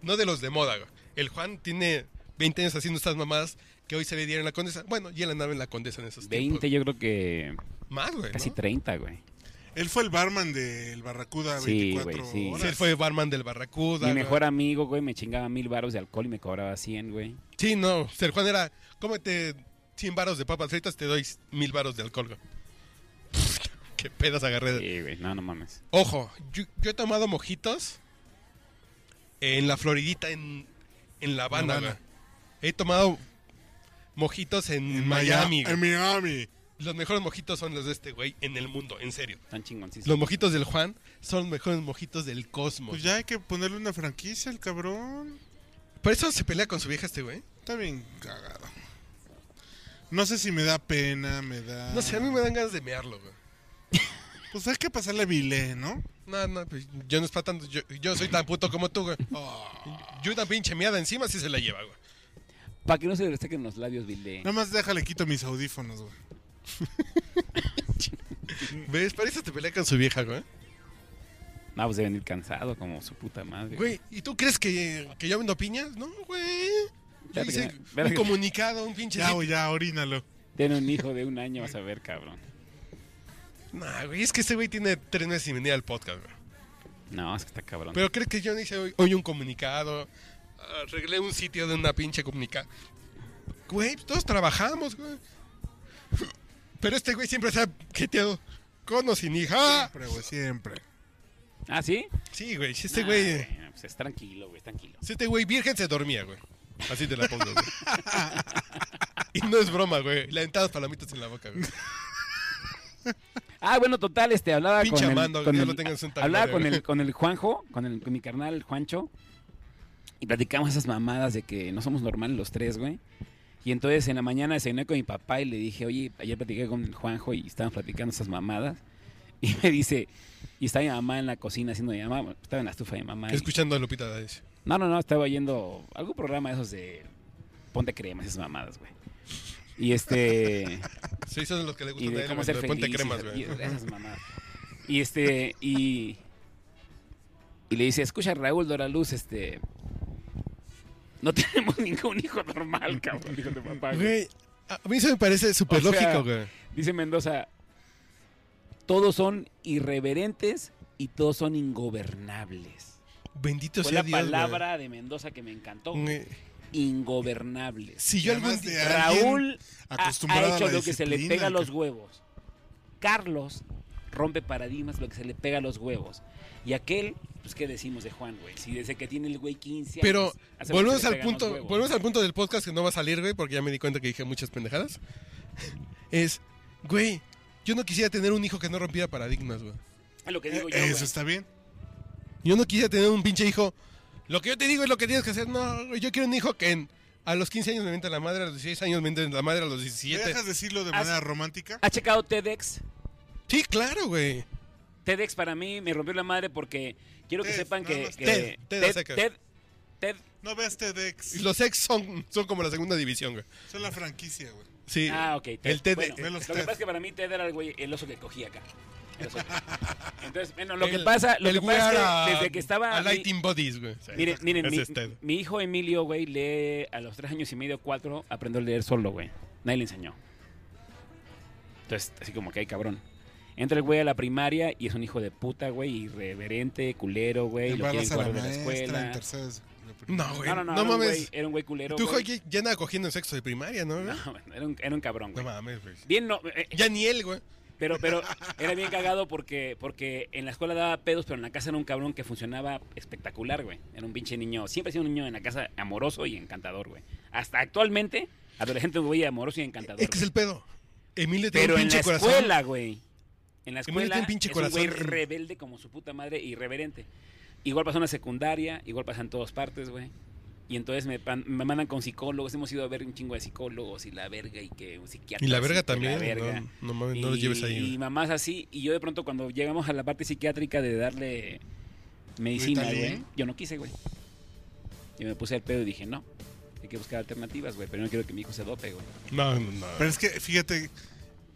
B: No de los de moda, güey. El Juan tiene 20 años haciendo estas mamadas que hoy se le dieron en la condesa. Bueno, y él andaba en la condesa en esos
A: 20,
B: tiempos.
A: yo creo que
B: Más, güey.
A: casi
B: ¿no?
A: 30, güey.
C: Él fue el barman del Barracuda
A: Sí,
C: 24
A: güey, sí.
C: horas.
B: Sí, él fue barman del Barracuda.
A: Mi
B: güey.
A: mejor amigo, güey, me chingaba mil baros de alcohol y me cobraba 100, güey.
B: Sí, no. El Juan era, cómete 100 varos de papas fritas, te doy mil varos de alcohol, güey. [LAUGHS] Qué pedas agarré. de-
A: Sí, güey, no, no mames.
B: Ojo, yo, yo he tomado mojitos en la Floridita, en, en La Habana.
C: Habana.
B: güey. He tomado mojitos en, Miami. güey.
C: En Miami.
B: Los mejores mojitos son los de este güey en el mundo, en serio.
A: Tan chingoncísimo.
B: Los mojitos del Juan son los mejores mojitos del
C: Pues
B: cosmos.
C: ya hay que ponerle una franquicia al cabrón.
B: Por eso se pelea con su vieja este güey.
C: Está bien cagado. No sé si me da pena, me da.
B: No sé, a mí me dan ganas de mearlo, güey.
C: Pues hay que pasarle vile, ¿no?
B: No, no, pues yo no es para tanto. Yo, yo soy tan puto como
C: [LAUGHS]
B: tú, güey. Yo tan pinche miada encima sí se la lleva, güey.
A: Para que no se le destaquen los labios, Bilde.
C: Nada más déjale quito mis audífonos, güey.
B: ¿Ves? Para eso te pelea con su vieja, güey.
A: No, pues deben venir cansado como su puta madre.
B: Güey, ¿y tú crees que, que yo vendo piñas? No, güey. Yo
A: Verga,
B: hice
A: verga.
B: un comunicado, un pinche...
C: Ya, güey, ya, orínalo.
A: Tiene un hijo de un año, vas a ver, cabrón.
B: Nah, güey, es que este güey tiene tres meses sin venir al podcast, güey.
A: No, es que está cabrón.
B: Pero ¿crees que yo no hice hoy, hoy un comunicado? Arreglé un sitio de una pinche comunicada. Güey, pues todos trabajamos, güey. Pero este güey siempre está queteado con o sin hija.
C: Siempre, güey, siempre.
A: ¿Ah, sí?
B: Sí, güey, si este güey...
A: Ah, bueno, pues es tranquilo, güey, es tranquilo.
B: Si este güey virgen se dormía, güey. Así te la
A: [LAUGHS]
B: pongo, güey. y no es broma, güey. Le aventadas palomitas en la boca, güey.
A: Ah, bueno, total, este, hablaba
B: Pinche
A: con el,
B: Armando,
A: con
B: que ya
A: el-
B: lo tenga en Santa
A: hablaba
B: Gloria,
A: con
B: güey.
A: el, con el Juanjo, con, el, con mi carnal el Juancho, y platicamos esas mamadas de que no somos normales los tres, güey. Y entonces en la mañana desayuné con mi papá y le dije, oye, ayer platiqué con el Juanjo y estábamos platicando esas mamadas. [LAUGHS] Y me dice, y está mi mamá en la cocina haciendo mi mamá, bueno, estaba en la estufa de mi mamá. y-
B: Escuchando a Lupita D'Alessio.
A: no, no, no, estaba yendo a algún programa de esos de ponte crema, esas mamadas, güey. Y este...
B: Sí, esos son los que le
A: y
B: gustan a
A: de
B: él,
A: cómo
B: güey,
A: ser
B: de
A: feliz.
B: Ponte
A: y
B: cremas,
A: esas-
B: güey.
A: y esas mamadas. Y este, y. Y le dice, escucha Raúl Doraluz, este. No [LAUGHS] tenemos ningún hijo normal, cabrón, dijo tu papá. güey".
B: Güey, a a mí eso me parece súper
A: O sea,
B: lógico, güey.
A: Dice Mendoza, todos son irreverentes y todos son ingobernables.
B: Bendito
A: Fue
B: sea
A: la
B: Dios, güey.
A: palabra de Mendoza que me encantó.
B: Güey,
A: Ingobernables.
B: Si yo
C: Y
B: algún
C: además
B: día...
C: de alguien
A: Raúl ha,
C: acostumbrado
A: ha
C: a la
A: hecho lo que se le pega
C: disciplina,
A: a los
C: ca-
A: huevos. Carlos rompe paradigmas, lo que se le pega a los huevos. Y aquel, pues, ¿qué decimos de Juan, güey? Si desde que tiene el güey 15
B: Pero
A: años, hace lo que
B: volvemos
A: se le
B: al
A: pegan los
B: punto,
A: huevos.
B: volvemos al punto del podcast que no va a salir, güey, porque ya me di cuenta que dije muchas pendejadas. Es, güey, yo no quisiera tener un hijo que no rompiera paradigmas, güey.
A: Es lo que digo yo,
C: Eh, Eso
A: güey.
C: está bien.
B: Yo no quisiera tener un pinche hijo. Lo que yo te digo es lo que tienes que hacer. No, güey, yo quiero un hijo que en- a los 15 años me mienta la madre, a los 16 años me mienta la madre, a los
C: ¿Me
B: 17.
C: dejas decirlo de
B: Ah,
A: Haz-
C: manera romántica?
A: ¿Ha checado TEDx?
B: Sí, claro, güey.
A: TEDx para mí me rompió la madre porque quiero que
C: Ted,
A: sepan
C: nada
A: que...
C: más
A: que-
B: Ted, Ted a secas.
A: Ted, Ted,
C: No veas TEDx.
B: Y Los ex son, son como la segunda división, güey.
C: Son la franquicia, güey.
B: Sí.
A: Ah, ok. Ted.
B: El TED.
A: Bueno,
C: Ve
A: lo
C: los
A: que
C: Ted.
A: pasa es que para mí Ted era el, güey, el oso que cogía acá. El
B: [LAUGHS]
A: oso que- Entonces, bueno, lo que
B: el-
A: pasa, lo
B: el
A: que pasa
B: wear
A: es
B: a-
A: que desde que estaba...
B: A
A: mi-
B: Lighting Bodies, güey. Sí,
A: Miren,
B: exacto.
A: miren,
B: Ese
A: mi,
B: es este. TED.
A: mi hijo Emilio, güey, lee a los tres años y medio, cuatro, aprendió a leer solo, güey. Nadie le enseñó. Entonces, así como que hay cabrón. Entra el güey a la primaria y es un hijo de puta, güey, irreverente, culero, güey, lo quieren
C: Embarazas a la
A: correr de la
C: maestra, en
A: escuela.
C: terceras.
B: No, güey.
A: No, no,
B: No,
A: no, era, Un güey,
B: mames.
A: era un güey culero,
B: Tu hijo
A: güey.
B: ya ya andaba cogiendo en sexo de primaria, ¿no?
A: [LAUGHS]
B: güey?
A: No, bueno, era, un, era un cabrón,
B: No
A: güey.
B: mames, güey.
A: Bien, no, eh, eh,
B: Ya ni él, güey.
A: pero, pero era bien cagado porque, porque en la escuela daba pedos, pero en la casa era un cabrón que funcionaba espectacular, güey. Era un pinche niño, siempre ha sido un niño en la casa amoroso y encantador, güey. Hasta actualmente, adolescente, güey, amoroso y encantador.
B: Es que es el pedo.
A: güey.
B: Emilio tiene
A: pero
B: un
A: en la
B: pinche corazón.
A: escuela, güey. En la
B: Emilio tiene
A: escuela
B: un pinche
A: es un güey
B: corazón.
A: rebelde como su puta madre, irreverente. Igual pasó en la secundaria, igual pasa en todas partes, güey. Y entonces me, pan- me mandan con psicólogos, hemos ido a ver un chingo de psicólogos y la verga y que un psiquiatra.
B: Y la verga
A: que
B: también.
A: la verga.
B: No, no mames, no lo
A: Y-
B: lleves ahí.
A: Y
B: güey.
A: mamás así. Y yo de pronto cuando llegamos a la parte psiquiátrica de darle medicina,
C: ¿Ritalin?
A: güey, yo no quise, güey. Yo me puse al pedo y dije, no, hay que buscar alternativas, güey, pero no quiero que mi hijo se dope, güey.
B: No, no, no.
C: Pero es que, fíjate,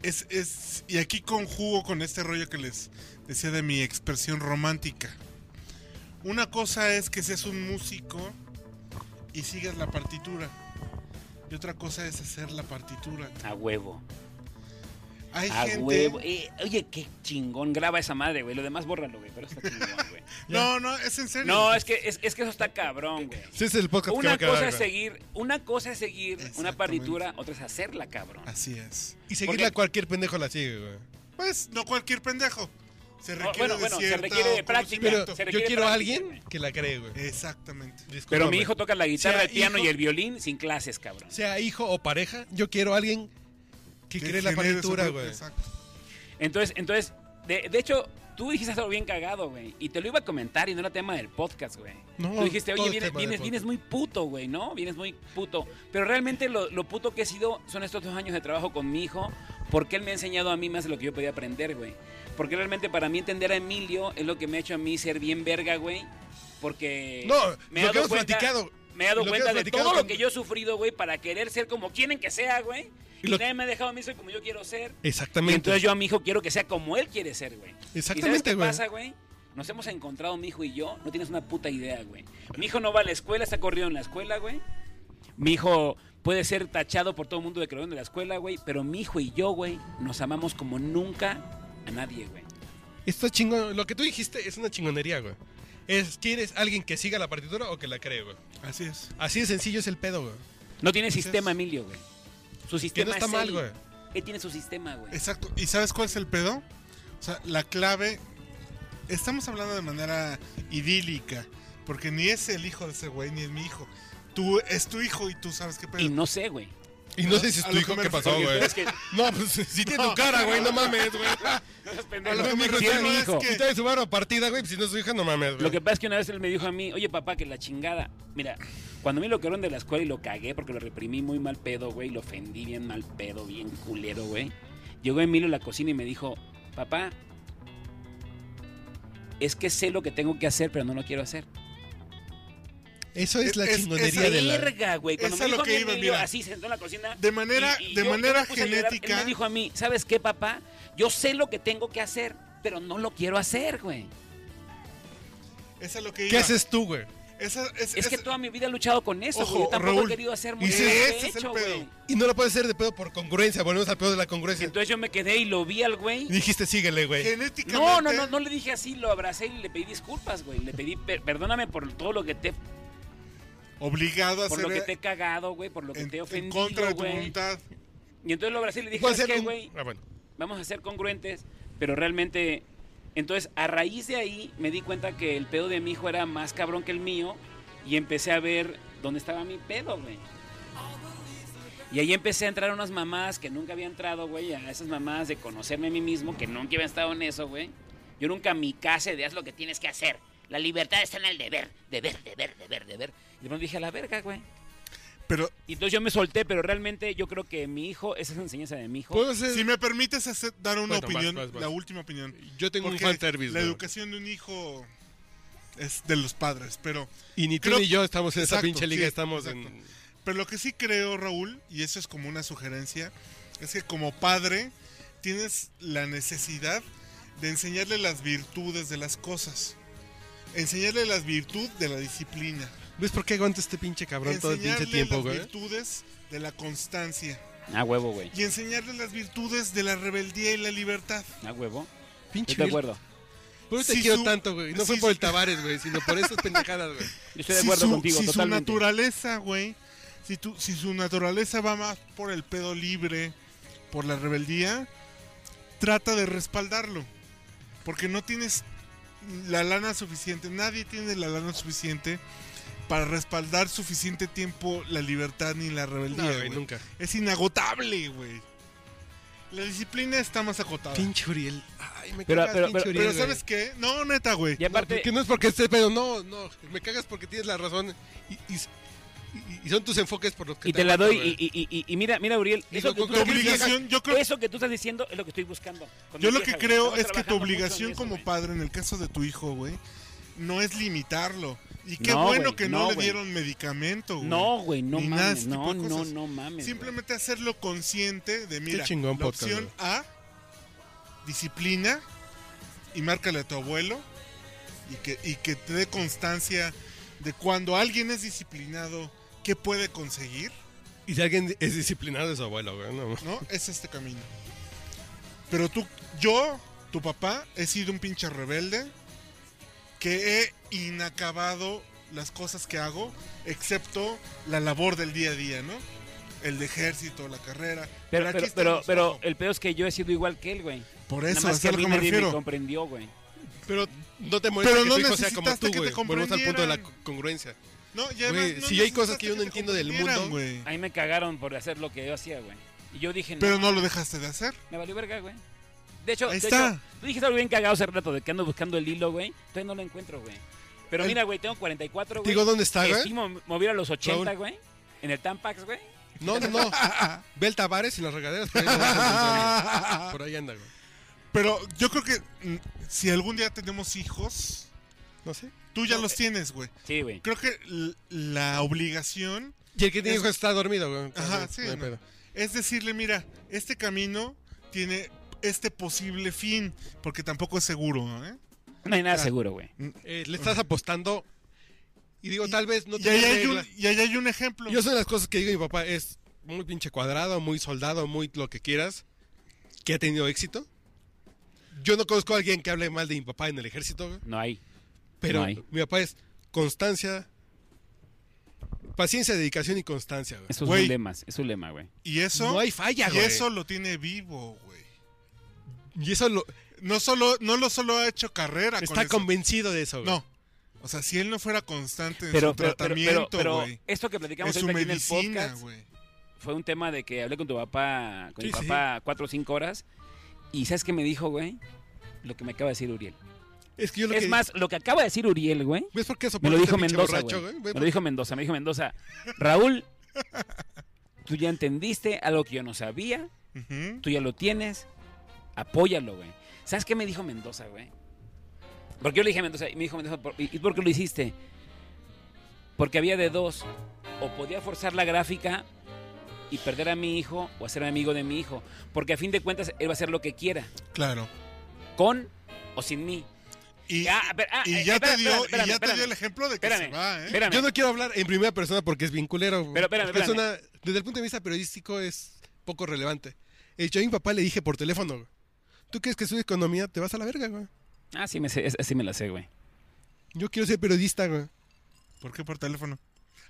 C: es, es, y aquí conjugo con este rollo que les decía de mi expresión romántica. Una cosa es que seas un músico y sigas la partitura. Y otra cosa es hacer la partitura.
A: A huevo,
C: Hay
A: a
C: gente...
A: huevo. Eh, oye, qué chingón, graba esa madre, güey. Lo demás bórralo, güey, pero está chingón,
B: [LAUGHS]
A: güey.
C: No, no, es en serio.
A: No, es que, es, es que eso está cabrón, güey.
B: Ese es el podcast que va
A: Una
B: a quedar,
A: cosa es
B: güey.
A: seguir, una cosa es seguir una
C: Exactamente.
A: partitura, otra es hacerla, cabrón.
B: Ah,
C: Así es.
B: Y seguirla
A: Porque-
B: cualquier pendejo la sigue, güey.
C: Pues no cualquier pendejo. Se
A: No,
C: requiere
A: bueno,
C: de
A: bueno, se
C: cierta
A: requiere de práctica.
B: Pero
A: Se requiere
B: yo quiero a
A: práctica,
B: alguien
A: güey.
B: que la cree, güey.
C: Exactamente.
B: Disculpa,
A: Pero mi
B: güey.
A: hijo toca la guitarra,
B: Sea
A: el piano
B: hijo-
A: y el violín sin clases, cabrón.
B: Sea hijo o pareja, yo quiero a alguien que cree la
C: genere su
B: partitura,
C: propio-
B: güey.
C: Exacto.
A: Entonces, entonces de, de hecho, tú dijiste algo bien cagado, güey. Y te lo iba a comentar y no era tema del podcast, güey.
B: No,
A: tú dijiste,
B: todo
A: oye,
B: es
A: vienes,
B: tema del
A: vienes,
B: podcast.
A: vienes muy puto, güey, ¿no? Vienes muy puto. Pero realmente lo, lo puto que he sido son estos dos años de trabajo con mi hijo. porque él me ha enseñado a mí más de lo que yo podía aprender, güey. Porque realmente para mí entender a Emilio es lo que me ha hecho a mí ser bien verga, güey. Porque
B: No,
A: me he dado
B: lo que hemos
A: cuenta-
B: platicado.
A: Me he dado
B: Lo que
A: cuenta
B: hemos
A: de
B: platicado
A: todo lo
B: con-
A: que yo he sufrido, güey, para querer ser como quieren que sea, güey.
B: Y
A: Y,
B: lo-
A: nadie me ha dejado a mí ser como yo quiero ser. Y
B: Exactamente.
A: entonces yo a mi hijo quiero que sea como él quiere ser, güey. ¿Y sabes
B: Exactamente,
A: qué
B: güey.
A: pasa, güey? Nos hemos encontrado, mi hijo y yo. No tienes una puta idea, güey. Mi hijo no va a la escuela, está corrido en la escuela, güey. Mi hijo puede ser tachado por todo el mundo de corrido en la escuela, güey. Pero mi hijo y yo, güey, nos amamos como nunca a nadie, güey.
B: Esto chingón. Lo que tú dijiste es una chingonería, güey. Es, ¿Quieres alguien que siga la partitura o que la cree, güey?
C: Así es.
B: Así de sencillo es el pedo, güey.
A: No tiene sistema, Emilio, güey. Su sistema
B: está
A: es
B: mal,
A: él.
B: güey.
A: Él tiene su sistema, güey.
C: Exacto. ¿Y sabes cuál es el pedo? O sea, la clave. Estamos hablando de manera idílica. Porque ni es el hijo de ese güey, ni es mi hijo. Tú es tu hijo y tú sabes qué pedo.
A: Y no sé, güey.
B: Y no sé si es
C: A
B: tu
C: lo
B: hijo
C: que me
B: que pasó,
C: refiero,
B: güey.
A: pero es que-
B: [LAUGHS] No, pues si tiene tu cara, güey, no mames,
A: [LAUGHS]
B: güey. A lo que me
A: Sí, es
B: refiero
A: mi
B: es
A: hijo.
B: que... Si trae su barba partida, güey, pues si no es su hija, no mames, güey.
A: Lo que pasa es que una vez él me dijo a mí, oye papá, que la chingada. Mira, cuando a mí lo quedaron de la escuela y lo cagué porque lo reprimí muy mal pedo, güey, lo ofendí bien mal pedo, bien culero, güey. Llegó Emilio a la cocina y me dijo, papá, es que sé lo que tengo que hacer, pero no lo quiero hacer.
B: Eso es la
C: Es- es-
B: chingonería
C: Día
B: de la...
A: Verga, güey. Cuando
C: Esa
A: me
C: es
A: dijo
C: lo
A: a mí
C: que iba,
A: Emilio,
C: mira.
A: así sentó en la cocina.
C: De manera-
A: y- y
C: de
A: yo- yo
C: manera
A: me puse a llorar.
C: genética-
A: Él me dijo a mí, ¿sabes qué, papá? Yo sé lo que tengo que hacer, pero no lo quiero hacer, güey.
C: Esa es lo que iba.
B: ¿Qué haces tú, güey?
C: Esa- es-
A: Es que
C: es-
A: toda mi vida he luchado con eso,
C: Ojo,
A: güey. Yo tampoco
C: Raúl,
A: he querido hacer muy
C: y sí,
A: bien
C: ese es el
A: hecho,
C: pedo.
A: güey.
B: Y no lo puedes hacer de pedo por congruencia. Volvemos al pedo de la congruencia.
A: Entonces yo me quedé y lo vi al güey.
B: Y dijiste, síguele, güey.
C: genéticamente.
A: No, no, no, no le dije así, lo abracé y le pedí disculpas, güey. Le pedí, per- perdóname por todo lo que te,
C: Obligado a
A: por lo que
C: ser
A: te he cagado, güey, por lo que
C: en,
A: te he
C: en
A: ofendido,
C: contra de tu
A: güey.
C: voluntad.
A: Y entonces lo abracé y le dije,
B: Puede
A: "¿Sabes
B: ser
A: qué,
B: un-
A: güey?
B: Ah, bueno.
A: Vamos a ser congruentes, pero realmente... Entonces, a raíz de ahí, me di cuenta que el pedo de mi hijo era más cabrón que el mío y empecé a ver dónde estaba mi pedo, güey. Y ahí empecé a entrar a unas mamás que nunca había entrado, güey, a esas mamás de conocerme a mí mismo, que nunca había estado en eso, güey. Yo nunca mi casa de haz lo que tienes que hacer. La libertad está en el deber, deber, deber, deber, deber. Y de pronto dije, a la verga, güey.
C: Pero
A: Y entonces yo me solté, pero realmente yo creo que mi hijo, esa es la enseñanza de mi hijo.
B: ¿Puedo hacer...
C: si me permites hacer- dar una
B: Bueno, vas,
C: opinión,
B: vas, vas.
C: la última opinión.
B: Yo tengo un
C: Porque
B: fanservice,
C: La
B: güey.
C: educación de un hijo es de los padres, pero
B: Y ni tú
C: Creo-
B: ni yo estamos en esa
C: Exacto,
B: pinche liga,
C: sí,
B: estamos
C: exacto.
B: en...
C: Pero lo que sí creo, Raúl, y eso es como una sugerencia, es que como padre tienes la necesidad de enseñarle las virtudes de las cosas. Enseñarle las virtudes de la disciplina.
B: ¿Ves por qué aguanta este pinche cabrón todo el
C: enseñarle
B: pinche tiempo,
C: las
B: güey?
C: virtudes de la constancia.
A: A huevo, güey.
C: Y enseñarle las virtudes de la rebeldía y la libertad.
A: A huevo.
B: Pinche
A: Estoy de
B: vil-
A: acuerdo.
B: Por eso te
C: Si
B: quiero
C: su-
B: tanto, güey. No
C: si
B: fue por
C: su-
B: el Tavares, güey, sino por
C: [LAUGHS]
B: esas pendejadas, güey.
A: Yo estoy de
C: si
A: acuerdo
C: su,
A: contigo,
C: si su
A: totalmente.
C: naturaleza, güey, si, tu- si su naturaleza va más por el pedo libre, por la rebeldía, trata de respaldarlo. Porque no tienes la lana suficiente, nadie tiene la lana suficiente para respaldar suficiente tiempo la libertad ni la rebeldía.
B: No, güey,
C: güey.
B: nunca.
C: Es inagotable, güey. La disciplina está más acotada.
B: Pinche Uriel. Ay, me
A: Pero-
B: cagas,
A: pero-
B: pinche
A: pero-
B: Uriel,
C: Pero
B: güey.
C: ¿sabes qué? No, neta, güey.
A: Y aparte,
B: No, que no es porque estés pedo, no, no. Me cagas porque tienes la razón. Y, y- y- y son tus enfoques por los que
A: y te la
B: aguanto,
A: doy.
B: güey.
A: Y, y- y- y mira, mira, Uriel,
B: Digo,
A: eso que,
B: con
A: tú,
C: Tu
B: que obliga-
A: estás,
C: obligación, yo creo que
A: eso que tú estás diciendo es lo que estoy buscando. con
C: Yo
A: mi
C: lo que
A: vieja, güey.
C: creo
A: Estamos
C: es que tu
A: trabajando mucho en
C: obligación
A: eso,
C: como
A: güey.
C: padre, en el caso de tu hijo, güey, no es limitarlo. Y qué
A: No,
C: bueno
A: güey,
C: que no,
A: no,
C: le
A: güey.
C: dieron medicamento, güey.
A: No, güey, no
C: Ni nada de
A: mames.
C: ese
A: No,
C: tipo de
A: no,
C: cosas.
A: no mames. güey.
C: Simplemente hacerlo consciente de, mira,
B: chingón
C: la
B: podcast,
C: opción
B: güey.
C: A, disciplina y márcale a tu abuelo y que, y que te dé constancia de cuando alguien es disciplinado, qué puede conseguir,
B: Y si alguien es disciplinado, es su abuelo, güey. No.
C: ¿no? Es este camino. Pero tú, yo, tu papá, he sido un pinche rebelde que he inacabado las cosas que hago, excepto la labor del día a día, ¿no? El de ejército, la carrera.
A: Pero, pero,
C: aquí
A: pero,
C: estamos,
A: pero
C: ojo.
A: el peor es que yo he sido igual que él, güey.
C: este por
A: Nada
C: eso,
A: más
C: es
A: que
C: a
A: a
C: lo
A: mí
C: que me
A: nadie me
C: refiero.
A: comprendió, güey.
B: Pero no te molesta
C: Pero
B: que
C: no
B: tu hijo sea como
C: necesitaste
B: tú,
C: que
B: güey.
C: te
B: Volvemos al punto de la
C: comprendieran.
B: co- congruencia.
C: No, y además,
B: Güey,
C: no
B: si hay cosas que
C: necesitaste
B: yo no
C: te
B: entiendo del
C: comprendieran,
B: mundo.
C: güey.
A: A mí me cagaron por hacer lo que yo hacía, güey. Y yo dije, no,
C: Pero no lo dejaste de hacer.
A: me valió verga, güey. De hecho,
C: Ahí
A: de
C: está.
A: hecho, tú dijiste algo bien cagado hace rato de que ando buscando el hilo, güey. Entonces no lo encuentro, güey. Pero
B: El-
A: mira, güey, tengo 44,
B: Te
A: güey.
B: digo dónde está, güey.
A: Estimo mover a los 80,
B: Raúl.
A: güey. En el Tampax, güey.
B: No, no,
C: [LAUGHS]
B: no. Ve el Tavares y las regaderas. Por ahí, lo vas a encontrar, güey. Por ahí anda, güey.
C: Pero yo creo que mm, si algún día tenemos hijos,
B: No sé.
C: tú ya
A: eh.
C: los tienes, güey.
A: Sí, güey.
C: Creo que l- la obligación
B: Y el que tiene hijos está dormido, güey.
C: Ajá,
B: No
C: sí,
B: hay
C: no.
B: pedo.
C: es decirle, mira, este camino tiene este posible fin, porque tampoco es seguro, ¿eh?
A: No hay nada seguro, güey.
B: Eh, le estás apostando. Y digo, tal vez no
C: y, ahí
B: tengas
C: hay un,
B: regla.
C: y ahí hay un ejemplo.
B: Yo son las cosas que digo mi papá es muy pinche cuadrado, muy soldado, muy lo que quieras, que ha tenido éxito. Yo no conozco a alguien que hable mal de mi papá en el ejército, güey,
A: No hay.
B: pero
A: No hay.
B: mi papá es constancia, paciencia, dedicación y constancia, güey.
A: Eso es
C: Güey.
A: un lema, es un lema, güey.
C: y eso,
B: No hay falla,
C: y
B: güey.
C: eso lo tiene vivo, güey.
B: Y eso lo,
C: No solo, no lo solo ha hecho carrera Ah, con
B: está
C: eso.
B: convencido de eso, güey.
C: No. O sea, si él no fuera constante en
A: Pero,
C: su
A: pero, pero, pero,
C: tratamiento,
A: pero
C: güey.
A: esto que
C: En
A: platicamos
C: su
A: ahorita aquí en el
C: medicina,
A: podcast
C: güey.
A: fue un tema de que hablé con tu papá, con mi
B: Sí, sí.
A: papá cuatro o cinco horas. Y ¿sabes qué me dijo, güey? Lo que me acaba de decir Uriel.
B: Es que yo lo
A: Es
B: que-
A: más, lo que acaba de decir Uriel, güey,
B: ¿ves por qué
A: me
B: soporta
A: lo
B: este
A: dijo
B: pinche
A: Mendoza,
B: borracho,
A: güey.
B: güey?
A: Me lo dijo Mendoza, me dijo Mendoza. Raúl, tú ya entendiste algo que yo no sabía,
C: Ujú.
A: tú ya lo tienes, apóyalo, güey. ¿Sabes qué me dijo Mendoza, güey? Porque yo le dije a Mendoza, y me dijo Mendoza, "¿Por- ¿y y por qué lo hiciste? Porque había de dos, o podía forzar la gráfica y perder a mi hijo, o hacerme amigo de mi hijo, porque a fin de cuentas él va a hacer lo que quiera,
C: Claro.
A: con o sin mí.
C: Y,
A: Ah, a ver, ah,
C: y
A: eh,
C: ya te
A: espérame,
C: dio, y
A: espérame,
C: ya te
A: espérame.
C: dio el ejemplo de que
A: Espérame,
C: se va, ¿eh?
A: espérame.
B: Yo no quiero hablar en primera persona porque es vinculero. güey.
A: Pero, espérame,
B: Porque es
A: espérame.
B: una- desde el punto de vista periodístico es poco relevante. Eh, yo a mi papá le dije por teléfono, güey, ¿tú crees que estudies economía? Te vas a la verga, güey.
A: Ah, sí me, sé, es- sí me la sé, güey.
B: Yo quiero ser periodista, güey.
C: ¿Por qué por teléfono?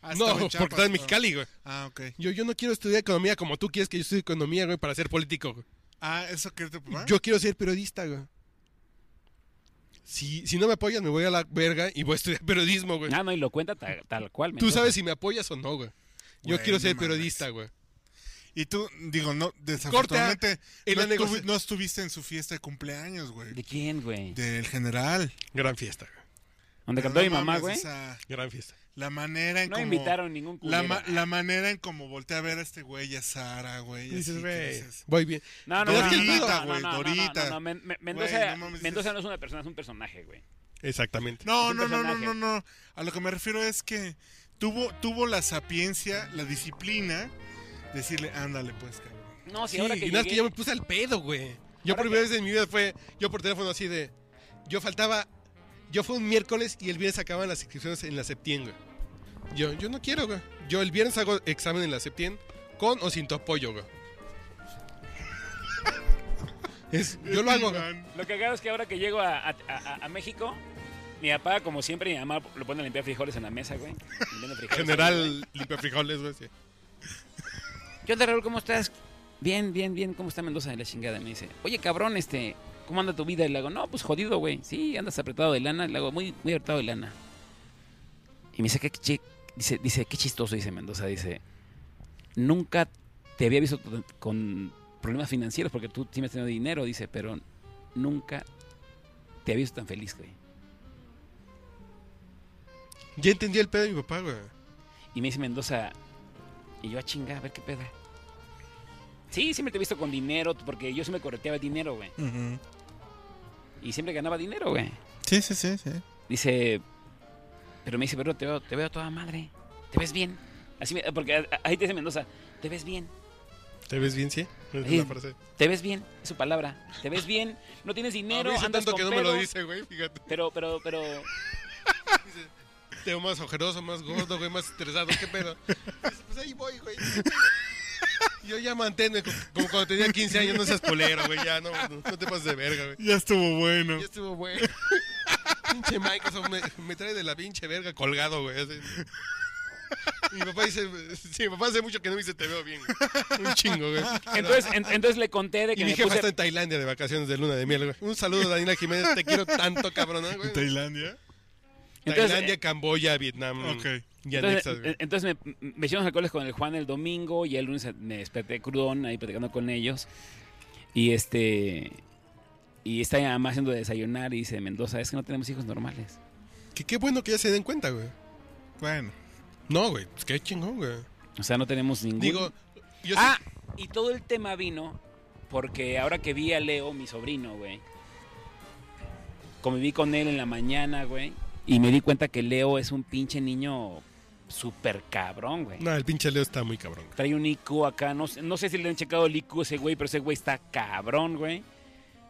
C: Ah,
B: no, [LAUGHS]
C: estaba en
B: porque
C: Chiapas,
B: estás en
C: ah.
B: Mexicali, güey.
C: Ah, ok.
B: Yo, yo no quiero estudiar economía como tú quieres que yo estudie economía, güey, para ser político, güey.
C: Ah, ¿eso que te papá?
B: Yo quiero ser periodista, güey. Si, si no me apoyas, me voy a la verga y voy a estudiar periodismo, güey.
A: Ah, no, y lo cuenta ta- tal, cual.
B: Pues Tú
A: Mendoza.
B: sabes si me apoyas o no, güey. Yo
C: Güey,
B: quiero
C: no
B: ser
C: mames.
B: periodista, güey.
C: Y tú, digo, no, desafortunadamente
B: en
C: no,
B: la
C: estuvi-
B: negocia-
C: no estuviste en su fiesta de cumpleaños, güey.
A: ¿De quién, güey?
C: Del general.
B: Gran fiesta, güey.
A: Donde
C: Pero
A: cantó mi
C: no
A: mamá,
C: mames,
A: güey.
C: o sea,
B: Gran fiesta.
C: la manera en
A: No
C: cómo...
A: invitaron ningún
C: La,
A: culero.
C: ma- la manera en cómo volteé a ver a este güey y a Sara, güey.
B: Y dices,
C: así que
B: güey,
C: dices,
B: voy bien.
A: No, no,
B: Pero
A: no,
B: es que el
A: no,
B: pedo-
A: no, no, no, no,
C: Dorita.
A: no, no, men- men- Mendoza,
C: no mames,
A: Mendoza
C: es-
A: no es una persona, es un personaje, güey.
B: Exactamente.
C: No,
A: Es un
C: no, no, no, no,
A: personaje.
C: no. A lo que me refiero es que tuvo, tuvo la sapiencia, la disciplina, decirle, ándale pues, cabrón.
A: No, si
B: Sí,
A: ahora que
B: y nada, es que
A: llegué-
B: yo me puse al pedo, güey. Yo
A: Ahora
B: por primera vez en mi vida fue, yo por teléfono así de, yo faltaba, yo fue un miércoles y el viernes acaban las inscripciones en la septiembre. Yo, yo no quiero, güey. Yo el viernes hago examen en la septiembre con o sin tu apoyo, güey. Es- yo lo hago, güey.
A: Lo que hago es que ahora que llego a, a- a- a México, mi papá, como siempre, mi mamá lo pone a limpiar frijoles en la mesa, güey. Limpiando frijoles.
B: General limpia frijoles, güey. sí.
A: ¿Qué onda, Raúl? ¿Cómo estás? Bien, bien, bien. ¿Cómo está Mendoza de la chingada? Me dice, oye, cabrón, este, ¿cómo anda tu vida? Y le hago, no, pues jodido, güey. Sí, andas apretado de lana. Le hago, muy, muy apretado de lana. Y me dice, qué, chi- dice, dice, qué chistoso, dice Mendoza. Dice, nunca te había visto t- con problemas financieros porque tú sí me has tenido dinero, dice, pero nunca te había visto tan feliz, güey.
B: Ya entendí el pedo de mi papá, güey.
A: Y me dice Mendoza, y yo a chinga, a ver qué pedo. Sí, siempre te he visto con dinero, porque yo siempre correteaba el dinero, güey. Y siempre ganaba dinero, güey.
C: Sí, sí, sí, sí.
A: Dice, pero me dice, pero te veo, te veo a toda madre. ¿Te ves bien? Así me- porque a- a- ahí te dice Mendoza, te ves bien,
B: ¿Te ves bien, sí? Es
A: Sí.
B: la frase.
A: te ves bien, es su palabra. Te ves bien, no tienes dinero,
B: A mí hizo
A: andas
B: tanto
A: con
B: que no me lo
A: pedos,
B: dice, güey, fíjate.
A: Pero, pero, pero,
B: Te veo más ojeroso, más gordo, güey, más estresado, qué pedo. Pues, pues ahí voy, güey. Yo ya mantengo, co- como cuando tenía 15 años, no seas culero, güey, ya, no, no, no te pases de verga, güey.
C: Ya estuvo bueno.
B: Ya estuvo, güey. Pinche Microsoft me, me trae de la pinche verga colgado, güey. así. Mi papá dice, sí, mi papá hace mucho que no me dice te veo bien. güey. Un chingo, güey.
A: entonces, en- entonces le conté de que
B: Ah, Y mi
A: me
B: jefa
A: puse,
B: está en Tailandia de vacaciones de luna de miel, güey. Un saludo, Daniela Jiménez, te quiero tanto, cabrona, güey.
C: ¿En Tailandia?
A: Entonces,
B: Tailandia,
A: eh,
B: Camboya, Vietnam.
C: Ok.
B: Y
A: Entonces,
B: anexas, güey.
A: eh, entonces me, me hicieron alcoholes con el Juan el domingo y el lunes me desperté crudón ahí platicando con ellos. Y este. Y está mi mamá haciendo de desayunar y dice: Mendoza, es que no tenemos hijos normales.
B: Que qué bueno que ya se den cuenta, güey.
C: Bueno.
B: No, güey, pues qué chingón, güey.
A: O sea, no tenemos ningún...
B: Digo, yo sé-
A: ah, y todo el tema vino porque ahora que vi a Leo, mi sobrino, güey, conviví con él en la mañana, güey, y me di cuenta que Leo es un pinche niño súper cabrón, güey.
B: No, el pinche Leo está muy cabrón. güey.
A: Trae un IQ acá, no, sé- no sé si le han checado el IQ a ese güey, pero ese güey está cabrón, güey.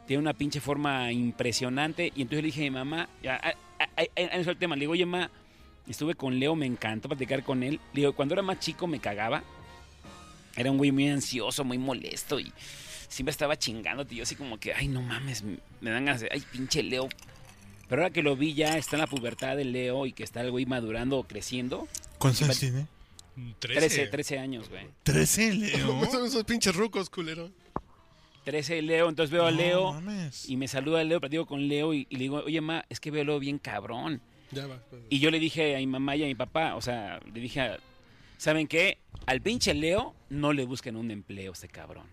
A: Tiene una pinche forma impresionante. Y entonces le dije a mi mamá, ya, a- a- a- a- en eso el tema, le digo, oye, mamá, estuve con Leo, me encantó platicar con él. Le digo, cuando era más chico me cagaba. Era un güey muy ansioso, muy molesto y siempre estaba chingándote. Y yo así como que, ay, no mames, me dan ganas de, ay, pinche Leo. Pero ahora que lo vi ya, está en la pubertad de Leo y que está el güey madurando o creciendo.
C: ¿Cuántos años
A: años
C: tiene?
B: Trece.
A: 13, 13 años, güey.
C: ¿13,
B: ¿Cómo [LAUGHS]
C: Leo?
B: son esos pinches rucos, culero?
A: 13 Leo, entonces veo a Leo
C: mames.
A: y me saluda Leo, platico con Leo y, y le digo, oye, ma, es que veo a Leo bien cabrón.
B: Ya va. pues.
A: Y yo le dije a mi mamá y a mi papá, o sea, le dije, a- ¿saben qué? Al pinche Leo no le busquen un empleo a este cabrón.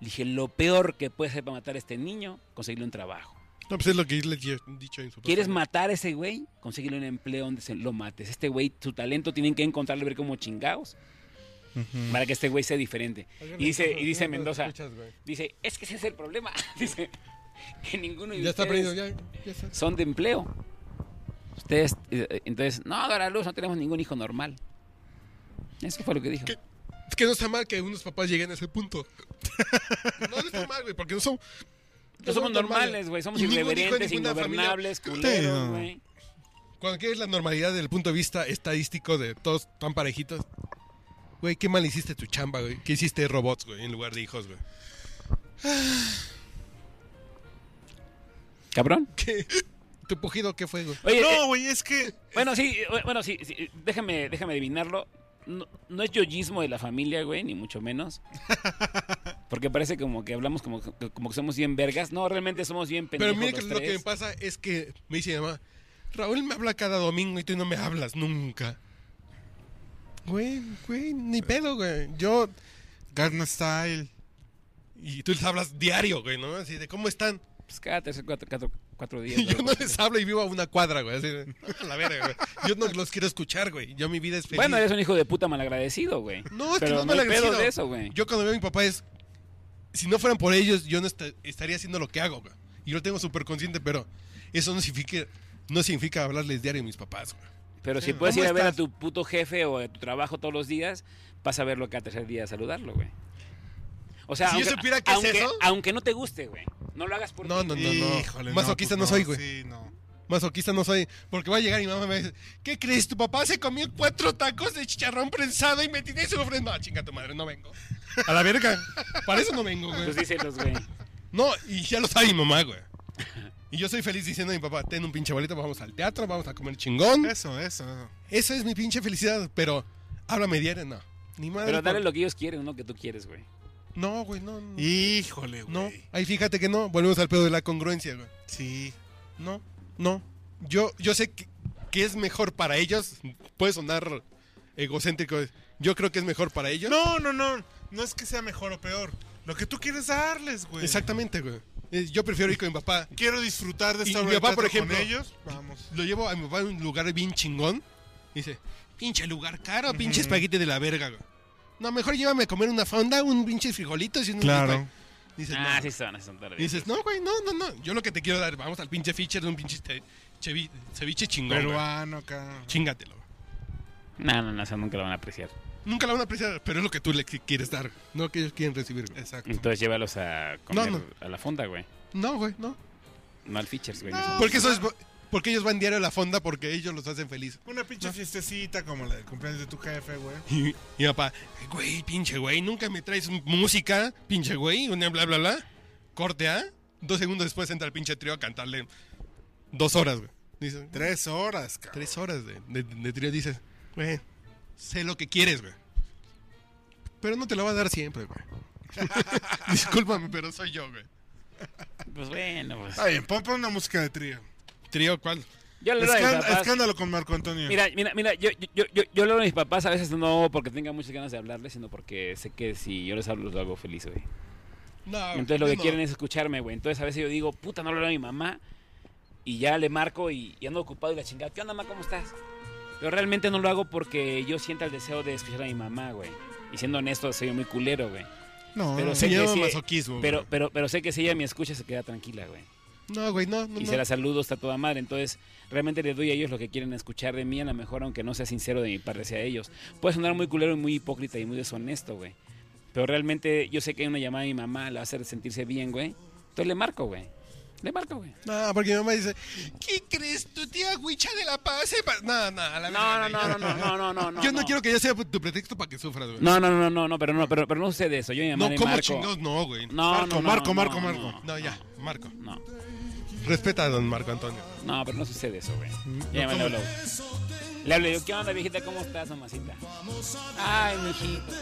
A: Le dije, lo peor que puede hacer para matar a este niño, conseguirle un trabajo.
B: No, pues es lo que les he dicho en su
A: ¿Quieres
B: programa.
A: matar a ese güey? Consíguele un empleo donde se lo mates. Este güey, su talento tienen que encontrarle, ver como chingados. Para que este güey sea diferente. Y dice, y dice Mendoza, dice, es que ese es el problema. [LAUGHS] dice, que ninguno de
B: Ya está
A: ustedes
B: aprendido, ya, ya está.
A: son de empleo. Ustedes, eh, entonces, no, Dora Luz, no tenemos ningún hijo normal. Eso fue lo que dijo.
B: ¿Qué? Es que no está mal que unos papás lleguen a ese punto. no, no está mal, güey, porque no son.
A: No somos normales, güey. Somos
B: Y ningún hijo de
A: irreverentes,
B: ninguna familia-
A: ingobernables,
C: Sí, no.
A: culeros, güey.
B: Cuando quieres la normalidad desde el punto de vista estadístico de todos tan parejitos. Güey, qué mal hiciste tu chamba, güey. Que hiciste robots, güey, en lugar de hijos, güey.
A: Cabrón.
B: ¿Qué? ¿Tu pujido qué fue, güey?
A: Oye, eh,
C: No, güey, es que.
A: Bueno, sí, eh, bueno, sí, sí, eh, déjame, déjame adivinarlo. No, no es yoyismo de la familia, güey, ni mucho menos. Porque parece como que hablamos como, que- como que somos bien vergas. No, realmente somos bien pendejos
B: Pero mira que
A: los
B: lo que me
A: tres.
B: pasa es que me dice mi mamá, Raúl me habla cada domingo y tú no me hablas nunca. Güey, güey, ni pedo, güey. Yo...
C: Garden Style.
B: Y tú les hablas diario, güey, ¿no? Así de, ¿cómo están?
A: Pues cada tres, cuatro, cuatro, cuatro días.
B: Y [LAUGHS] yo
A: luego.
B: no les hablo y vivo a una cuadra, güey. Así de, a la verga, güey. Yo no los quiero escuchar, güey. Yo mi vida es feliz.
A: Bueno, eres un hijo de puta malagradecido, güey.
B: No, es que
A: Pero
B: no es
A: no hay
B: malagradecido.
A: pedo de eso, güey.
B: Yo cuando veo a mi papá es... Si no fueran por ellos, yo no est- estaría haciendo lo que hago, güey. Y lo tengo súper consciente, pero... Eso no significa, no significa hablarles diario a mis papás, güey.
A: Pero si puedes ir
C: ¿Cómo
A: a ver a
C: estás?
A: tu puto jefe o a tu trabajo todos los días, vas a verlo cada tercer día a saludarlo, güey. O sea,
B: Si yo
A: aunque,
B: supiera qué es
A: aunque,
B: eso-
A: aunque no te guste, güey. No lo hagas por
B: No,
A: ti.
B: no, no, no. Masoquista
C: pues
B: no, soy, güey.
C: Sí, no.
B: Masoquista no soy, porque va a llegar y mi mamá me dice, ¿qué crees? Tu papá se comió cuatro tacos de chicharrón prensado y me tiene su ofrenda. No, chinga tu madre, no vengo. A la verga. Para eso no vengo, güey.
A: Pues díselos, güey.
B: No, y ya lo sabe mi mamá, güey. Y yo soy feliz diciendo a mi papá, ten un pinche boleto, vamos al teatro, vamos a comer chingón.
C: Eso, eso, eso.
B: Esa es mi pinche felicidad, pero háblame diario, no. Ni madre.
A: Pero dale
B: por-
A: lo que ellos quieren, no que tú quieres, güey.
B: No, güey, no. No.
C: Híjole, güey.
B: no. Ahí fíjate que no. Volvemos al pedo de la congruencia, güey.
C: Sí.
B: No, no. Yo, yo sé que, que es mejor para ellos. Puede sonar egocéntrico. Yo creo que es mejor para ellos.
C: No, no, no. No es que sea mejor o peor. Lo que tú quieres darles, güey.
B: Exactamente, güey. Eh, Yo prefiero ir con mi papá.
C: Quiero disfrutar de
B: Y
C: esta
B: mi
C: obra de
B: papá, por
C: teatro con
B: ejemplo.
C: ellos. Vamos.
B: Lo llevo a mi papá a un lugar bien chingón. y Dice, pinche lugar caro, pinche espagueti de la verga, güey. No, mejor llévame a comer una fonda, un pinche frijolitos y un... Dices,
A: Ah,
B: no.
A: sí son, sí son todos los
B: Y
A: días.
B: dices, no, güey, no, no, no. Yo lo que te quiero dar, vamos al pinche feature de un pinche te- chevi- ceviche chingón, güey.
C: Peruano acá.
B: Chingatelo. güey.
A: No, no, no, eso nunca lo van a apreciar.
B: Nunca la van a apreciar, pero es lo que tú le qui- quieres dar, no lo que ellos quieren recibir, güey.
C: Exacto.
A: Entonces llévalos a comer
B: No, no.
A: a la fonda, güey.
B: No, güey, no.
A: No al Features, güey.
B: Porque eso es porque ellos van diario a la fonda porque ellos los hacen felices.
C: Una pinche fiestecita como la del cumpleaños de tu jefe, güey.
B: Y y mi papá, güey, pinche güey, nunca me traes música, pinche güey, una bla bla bla. Corte A. Dos segundos después entra el pinche trío a cantarle dos horas, güey. Dices,
C: Tres horas, cabrón.
B: tres horas de, de- de trío. Dices, güey, sé lo que quieres, güey. Pero no te lo va a dar siempre, güey. [LAUGHS] Discúlpame, pero soy yo, güey.
A: Pues bueno, pues.
C: Está bien, pon, pon una música de trío.
B: ¿Trío cuál?
A: Yo le doy a mis
C: Escán-
A: papás.
C: escándalo con Marco Antonio.
A: Mira, mira, mira, yo, yo, yo, yo le hablo a mis papás a veces no porque tenga muchas ganas de hablarles, sino porque sé que si yo les hablo los hago feliz, güey.
B: No.
A: Entonces lo
B: yo
A: que
B: no.
A: quieren es escucharme, güey. Entonces a veces yo digo, puta, no hablo a mi mamá. Y ya le marco y, y ando ocupado y la chingada. ¿Qué onda, mamá? ¿Cómo estás? Pero realmente no lo hago porque yo sienta el deseo de escuchar a mi mamá, güey. Y siendo honesto, soy muy culero, güey.
C: No,
A: Pero
C: no,
A: sé
B: Se
A: que
B: llama
A: sí,
B: masoquismo.
A: Pero,
B: güey.
A: pero, pero sé que si ella me escucha, se queda tranquila, güey.
B: No, güey, no, no.
A: Y
B: no.
A: se la saludo, está toda madre. Entonces, realmente les doy a ellos lo que quieren escuchar de mí, a lo mejor, aunque no sea sincero de mi parte hacia ellos. Puede sonar muy culero y muy hipócrita y muy deshonesto, güey. Pero realmente yo sé que hay una llamada de mi mamá, la va a hacer sentirse bien, güey. Entonces le marco, güey. Le marco, güey.
B: No, porque mi mamá dice, ¿qué crees? Tu tía Huicha de la Paz. se pa-". No, no, a la
A: No, no, no, no,
B: verga, ya.
A: no, no, no, no, no.
B: Yo no, quiero que ya sea tu pretexto para que sufras, güey.
A: No, no, no, no, no, pero no, pero, pero no sucede eso. Yo a mi mamá
B: No,
A: le
B: como
A: marco.
B: chingados, no, güey. No.
A: No,
C: Marco,
A: no, no,
C: Marco,
A: no,
C: Marco,
A: no,
C: Marco.
B: ya, Marco.
A: No,
B: Respeta a don Marco Antonio.
A: no, pero no sucede eso, güey.
B: Mm,
A: Ya me le hablo. Le hablo, yo, ¿qué onda, viejita? ¿Cómo estás, mamacita? Ay, mijito.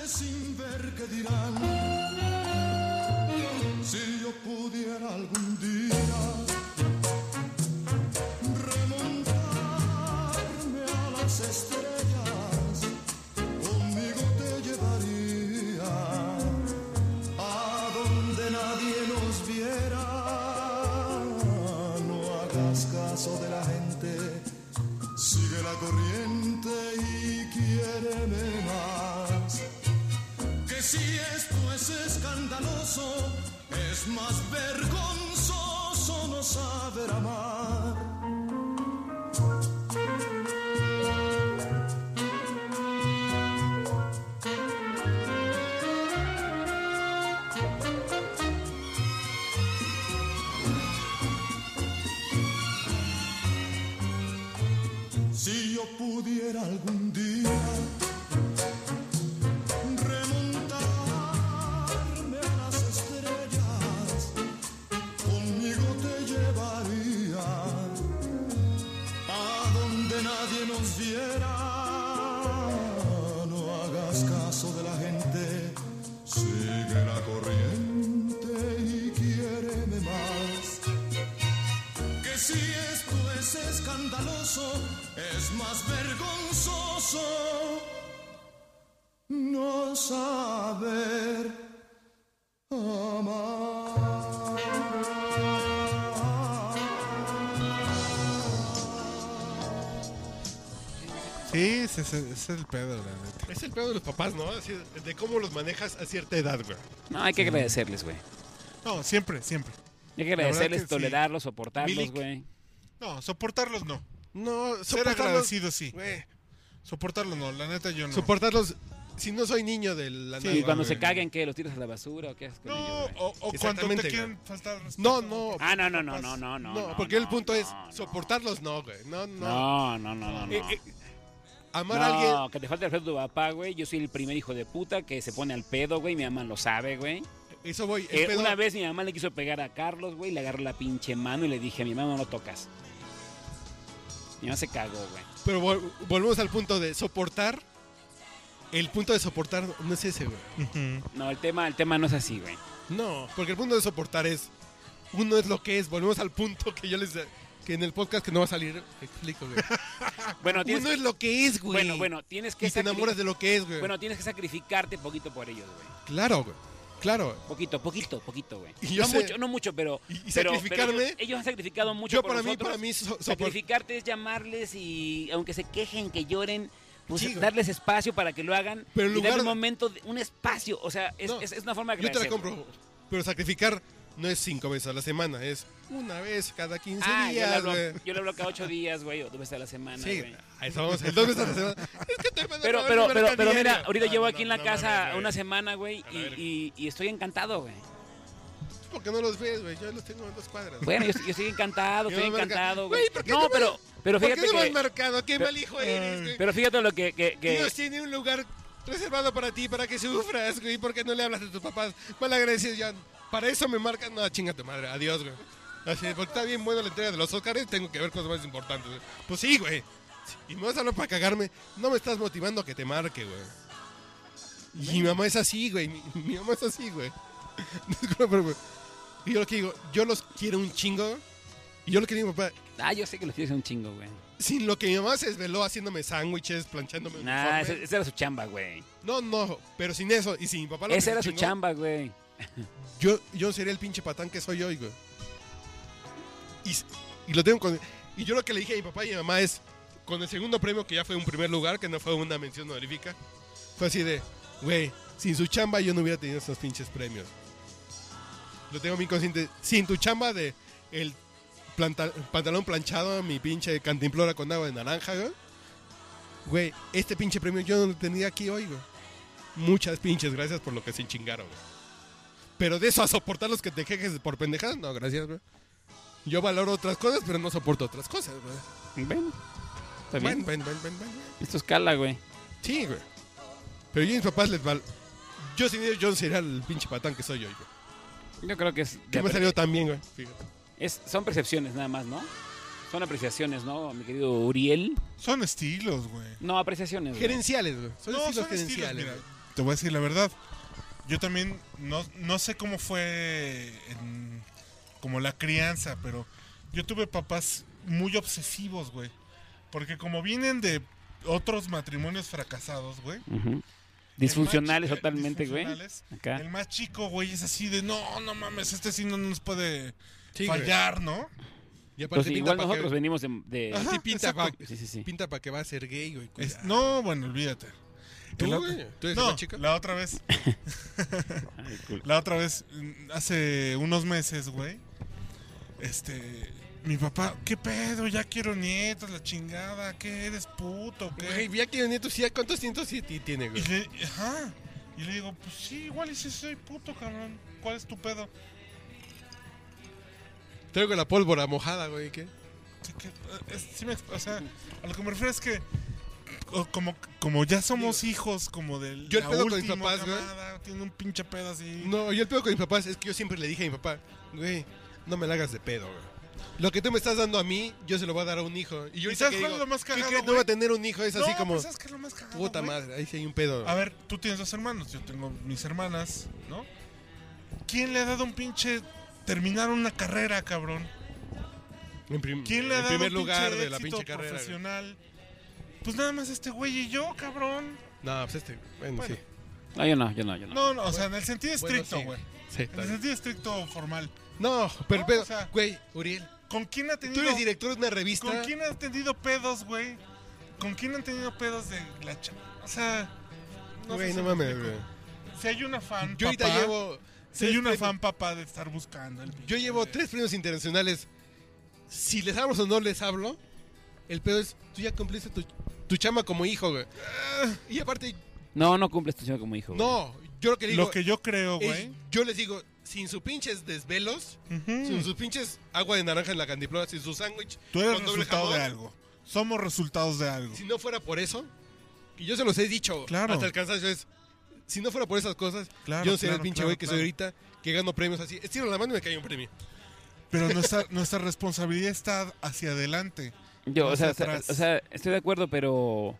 I: Si yo pudiera algún día remontarme a las estrellas, conmigo te llevaría a donde nadie nos viera. No hagas caso de la gente, sigue la corriente y quiéreme más que si esto es pues, escandaloso, es más vergonzoso no saber amar.
C: Sí, ese, ese- ese es el pedo, la neta.
B: Es el pedo de los papás, ¿no? Así de- de cómo los manejas a cierta edad, güey.
A: No, hay que agradecerles, güey.
C: No, siempre, siempre.
A: Hay que
C: verdad
A: agradecerles,
C: que sí.
A: tolerarlos, soportarlos,
C: Milik.
A: güey.
C: No, soportarlos no.
B: No,
C: Ser
B: soportarlos.
C: agradecido sí.
B: Güey,
C: Soportarlos no, la neta yo no.
B: soportarlos. Si no soy niño de la
C: Sí,
B: nada,
A: Y cuando
B: güey.
A: se caguen, ¿qué? ¿Los tiras a la basura o qué haces con
C: no,
A: ellos, güey?
C: o, o cuando te
B: Exactamente,
C: quieren faltar al
B: No,
C: respeto.
B: no.
A: Ah, no, no, no, no, no, no.
B: No, porque el punto es
A: no, no.
B: soportarlos, no, güey. No,
A: No,
B: no.
A: no, no, no. no.
B: Eh, eh, amar
A: No,
B: a alguien.
A: que te falta el respeto de tu papá, güey. Yo soy el primer hijo de puta que se pone al pedo, güey. Mi mamá lo sabe, güey.
B: Eso voy. el
A: Eh,
B: pedo-
A: una vez mi mamá le quiso pegar a Carlos, güey. Le agarró la pinche mano y le dije, a mi mamá no lo tocas. Mi mamá se cagó, güey.
B: Pero vol- volvemos al punto de soportar. El punto de soportar no es ese, güey.
A: No, el tema, el tema no es así, güey.
B: No, porque el punto de soportar es. Uno es lo que es. Volvemos al punto que yo les. Que en el podcast que no va a salir. Explico, güey.
A: Bueno, tienes,
B: Ah, Uno es lo que es, güey.
A: bueno, bueno, tienes que
B: Y te
A: sacri-
B: enamoras de lo que es, güey.
A: Bueno, tienes que sacrificarte poquito por ellos, güey.
B: claro, güey. Claro.
A: Poquito, poquito, poquito, güey.
B: Y yo
A: no
B: sé-
A: mucho, no mucho, pero.
B: Y- y
A: pero-
B: sacrificarme-
A: pero ellos, ellos han sacrificado mucho.
B: Yo
A: por
B: para mí,
A: nosotros.
B: para mí, so- sopor-
A: Sacrificarte es llamarles y aunque se quejen, que lloren, pues
B: Sí, güey.
A: darles espacio para que lo hagan.
B: Pero en
A: y
B: lugar
A: darle un
B: de-
A: momento, de- un espacio. O sea, es,
B: No,
A: es- es una forma de
B: Yo te la
A: agradecer.
B: compro. Pero sacrificar no es cinco veces a la semana, es una vez cada 15
A: Ah, yo le
B: días,
A: hablo,
B: güey.
A: yo le hablo cada ocho días, güey, o dos veces a la semana,
B: Sí,
A: güey.
B: a eso vamos. El dos veces a la semana. Es que tu hermano
A: Pero,
B: no va a
A: pero,
B: ver
A: pero,
B: el
A: pero mira,
B: diario.
A: ahorita
B: No,
A: llevo
B: no,
A: aquí en la
B: no
A: casa
B: mames,
A: una
B: güey.
A: semana, güey,
B: A la verga.
A: y, y- y estoy encantado, güey.
B: Porque no los ves, güey. Yo los tengo en dos cuadras.
A: Bueno, yo, yo estoy encantado,
B: [LAUGHS] Yo
A: estoy
B: me marca-
A: encantado,
B: Güey,
A: güey.
B: ¿por qué
A: No,
B: no me-
A: pero, pero
B: ¿Por
A: fíjate
B: qué no me
A: que... eh,
B: has marcado? ¡Qué
A: Pero-
B: mal hijo eres, güey!
A: Pero fíjate lo que... que, que-
B: Dios tiene un lugar reservado para ti, para que sufras, güey. ¿Por qué no le hablas a tus papás? Mal agradecido, Jan. Para eso me marcan. No, chinga tu madre. Adiós, güey. Así, porque está bien buena la entrega de los Óscares. Tengo que ver cosas más importantes. güey. Pues sí, güey. Y me vas a hablar para cagarme. No me estás motivando a que te marque, güey. Y mi mamá es así, güey. Mi, mi mamá es así, güey. [LAUGHS] Disculpa, pero, güey. Y yo lo que digo, yo los quiero un chingo. Y yo lo que digo, papá,
A: Ah, yo sé que los tienes un chingo, güey.
B: sin lo que mi mamá se desveló haciéndome sándwiches, planchándome.
A: Nah,
B: uniformes.
A: esa, esa era su chamba, güey.
B: No, no, pero sin eso y sin mi papá lo que
A: Esa
B: se
A: era su
B: chingó,
A: chamba, güey.
B: Yo, yo sería el pinche patán que soy hoy, güey. Y, s- y lo tengo con. Y yo lo que le dije a mi papá y a mi mamá es: con el segundo premio, que ya fue un primer lugar, que no fue una mención honorífica, fue así de, güey, sin su chamba yo no hubiera tenido esos pinches premios. Lo tengo muy consciente. Sin tu chamba de el planta- pantalón planchado, mi pinche cantimplora con agua de naranja, güey. Güey, este pinche premio yo no lo tenía aquí hoy, güey. Muchas pinches gracias por lo que se chingaron, güey. Pero de eso a soportar los que te quejes por pendejadas, no, gracias, güey. Yo valoro otras cosas, pero no soporto otras cosas, güey.
A: Bueno, está bien.
B: Ven, ven, ven, ven, ven.
A: Esto escala, güey.
B: Sí, güey. Pero yo a mis papás les val... Yo sin ellos, yo sería el pinche patán que soy hoy, güey.
A: Yo creo que es.
B: Que
A: de
B: me
A: apre-
B: salió tan bien, güey. Fíjate.
A: es- son percepciones nada más, ¿no? Son apreciaciones, ¿no, mi querido Uriel?
C: Son estilos, güey.
A: No, apreciaciones. güey.
B: Gerenciales, güey. Son
C: No,
B: estilos
C: son estilos,
B: gerenciales.
C: mira.
B: güey.
C: Te voy a decir la verdad. Yo también no, no sé cómo fue en- como la crianza, pero yo tuve papás muy obsesivos, güey. Porque como vienen de otros matrimonios fracasados, güey.
A: Ujú. Disfuncionales
C: el más chi- eh,
A: totalmente, güey.
C: disfuncionales.
A: Acá.
C: El más chico, güey, es así de, no, no mames, este sí no nos puede
B: Sí, güey.
C: fallar, ¿no?
B: Y aparte
A: Pues
B: pinta
A: igual
B: pa'
A: nosotros
B: que...
A: venimos de. de-
B: Sí, pinta para
A: Sí, sí, sí.
B: pinta pa que va a ser gay, güey.
C: Es-
B: cuidado.
C: no, bueno, olvídate.
B: ¿Tú,
C: El
B: güey?
C: otro-
B: ¿Tú eres el
C: no,
B: más chico?
C: la
B: [LAUGHS]
C: otra vez
A: Ay, cool.
C: La otra vez, mm, hace unos meses, güey. Este. Mi papá, ¿qué pedo? Ya quiero nietos, la chingada. ¿Qué eres puto? ¿Qué?
B: Güey, ya que Nieto sí, ¿cuántos cientos sí tiene,
C: Y
B: güey?
C: le, ajá. Y le digo, pues sí, igual y si soy puto, cabrón. ¿Cuál es tu pedo?
B: Traigo la pólvora mojada, güey, ¿qué?
C: Sí, que- eh, es- sí me exp- o sea, a lo que me refiero es que. o- como, como ya somos hijos, como del.
B: yo el
C: la
B: pedo con mis
C: última
B: papás, güey.
C: camada, Tiene un pinche pedo así.
B: No, yo el pedo con mis papás es que yo siempre le dije a mi papá, güey, no me la hagas de pedo, güey. Lo que tú me estás dando a mí, yo se lo voy a dar a un hijo. Y yo
C: ¿Y
B: ahorita
C: sabes
B: que
C: cuál
B: digo,
C: es lo más
B: "¿Qué
C: cagado,
B: crees? No
C: güey?
B: va a tener un hijo, es así
C: No,
B: como,
C: pues, ¿sabes qué es lo más cagado,
B: puta
C: güey?
B: madre, ahí sí hay un pedo.
C: A ver, tú tienes dos hermanos, yo tengo mis hermanas, ¿no? ¿Quién le ha dado un pinche terminar una carrera, cabrón?
B: En prim-
C: ¿Quién le ha
B: en
C: dado
B: primer
C: un pinche
B: lugar de la
C: éxito
B: pinche carrera. güey.
C: profesional? Pues nada más este güey y yo, cabrón.
B: No, pues este, bueno,
C: Bueno.
B: sí.
A: No, Ah, yo no, yo no, yo no.
C: No, no, o sea, en el sentido
B: Bueno,
C: estricto,
B: sí,
C: güey.
B: Sí, está
C: en el
B: bien.
C: sentido estricto formal.
B: No, pero el
C: No,
B: pedo,
C: o sea-
B: güey, Uriel,
C: ¿Con quién ha
B: tú
C: tenido
B: eres director de una revista.
C: ¿Con quién ha tenido pedos, güey? ¿Con quién han tenido pedos de la cha- O sea, no
B: Güey,
C: sé
B: no
C: si me
B: mames,
C: explico.
B: güey.
C: Si hay una fan,
B: Yo ahorita
C: papá,
B: llevo
C: Si hay
B: tres
C: una
B: premios-
C: fan, papá, de estar buscando el
B: Yo
C: pinche-
B: llevo tres premios internacionales. Si les hablo o no les hablo, el pedo es, tú ya cumpliste tu, tu chama como hijo, güey. Ah, Y aparte,
A: No, no cumples tu sueño como hijo. güey.
B: no, yo lo que digo
C: Lo que yo creo,
B: es,
C: güey.
B: yo les digo, sin sus pinches desvelos,
C: Ujú.
B: sin sus pinches agua de naranja en la candiplora, sin su sándwich,
C: Tú eres
B: con doble
C: resultado
B: jamón,
C: de algo. Somos resultados de algo.
B: Si no fuera por eso, y yo se los he dicho
C: Claro.
B: hasta el cansancio, es, si no fuera por esas cosas,
C: Claro,
B: yo no sería el
C: claro,
B: pinche
C: claro,
B: güey que soy
C: claro.
B: ahorita, que gano premios así. Estiro la mano y me cae un premio. [LAUGHS]
C: Pero nuestra, nuestra responsabilidad está hacia adelante.
A: Yo, o
C: Más
A: sea, o sea,
C: atrás.
A: o sea, estoy de acuerdo, pero.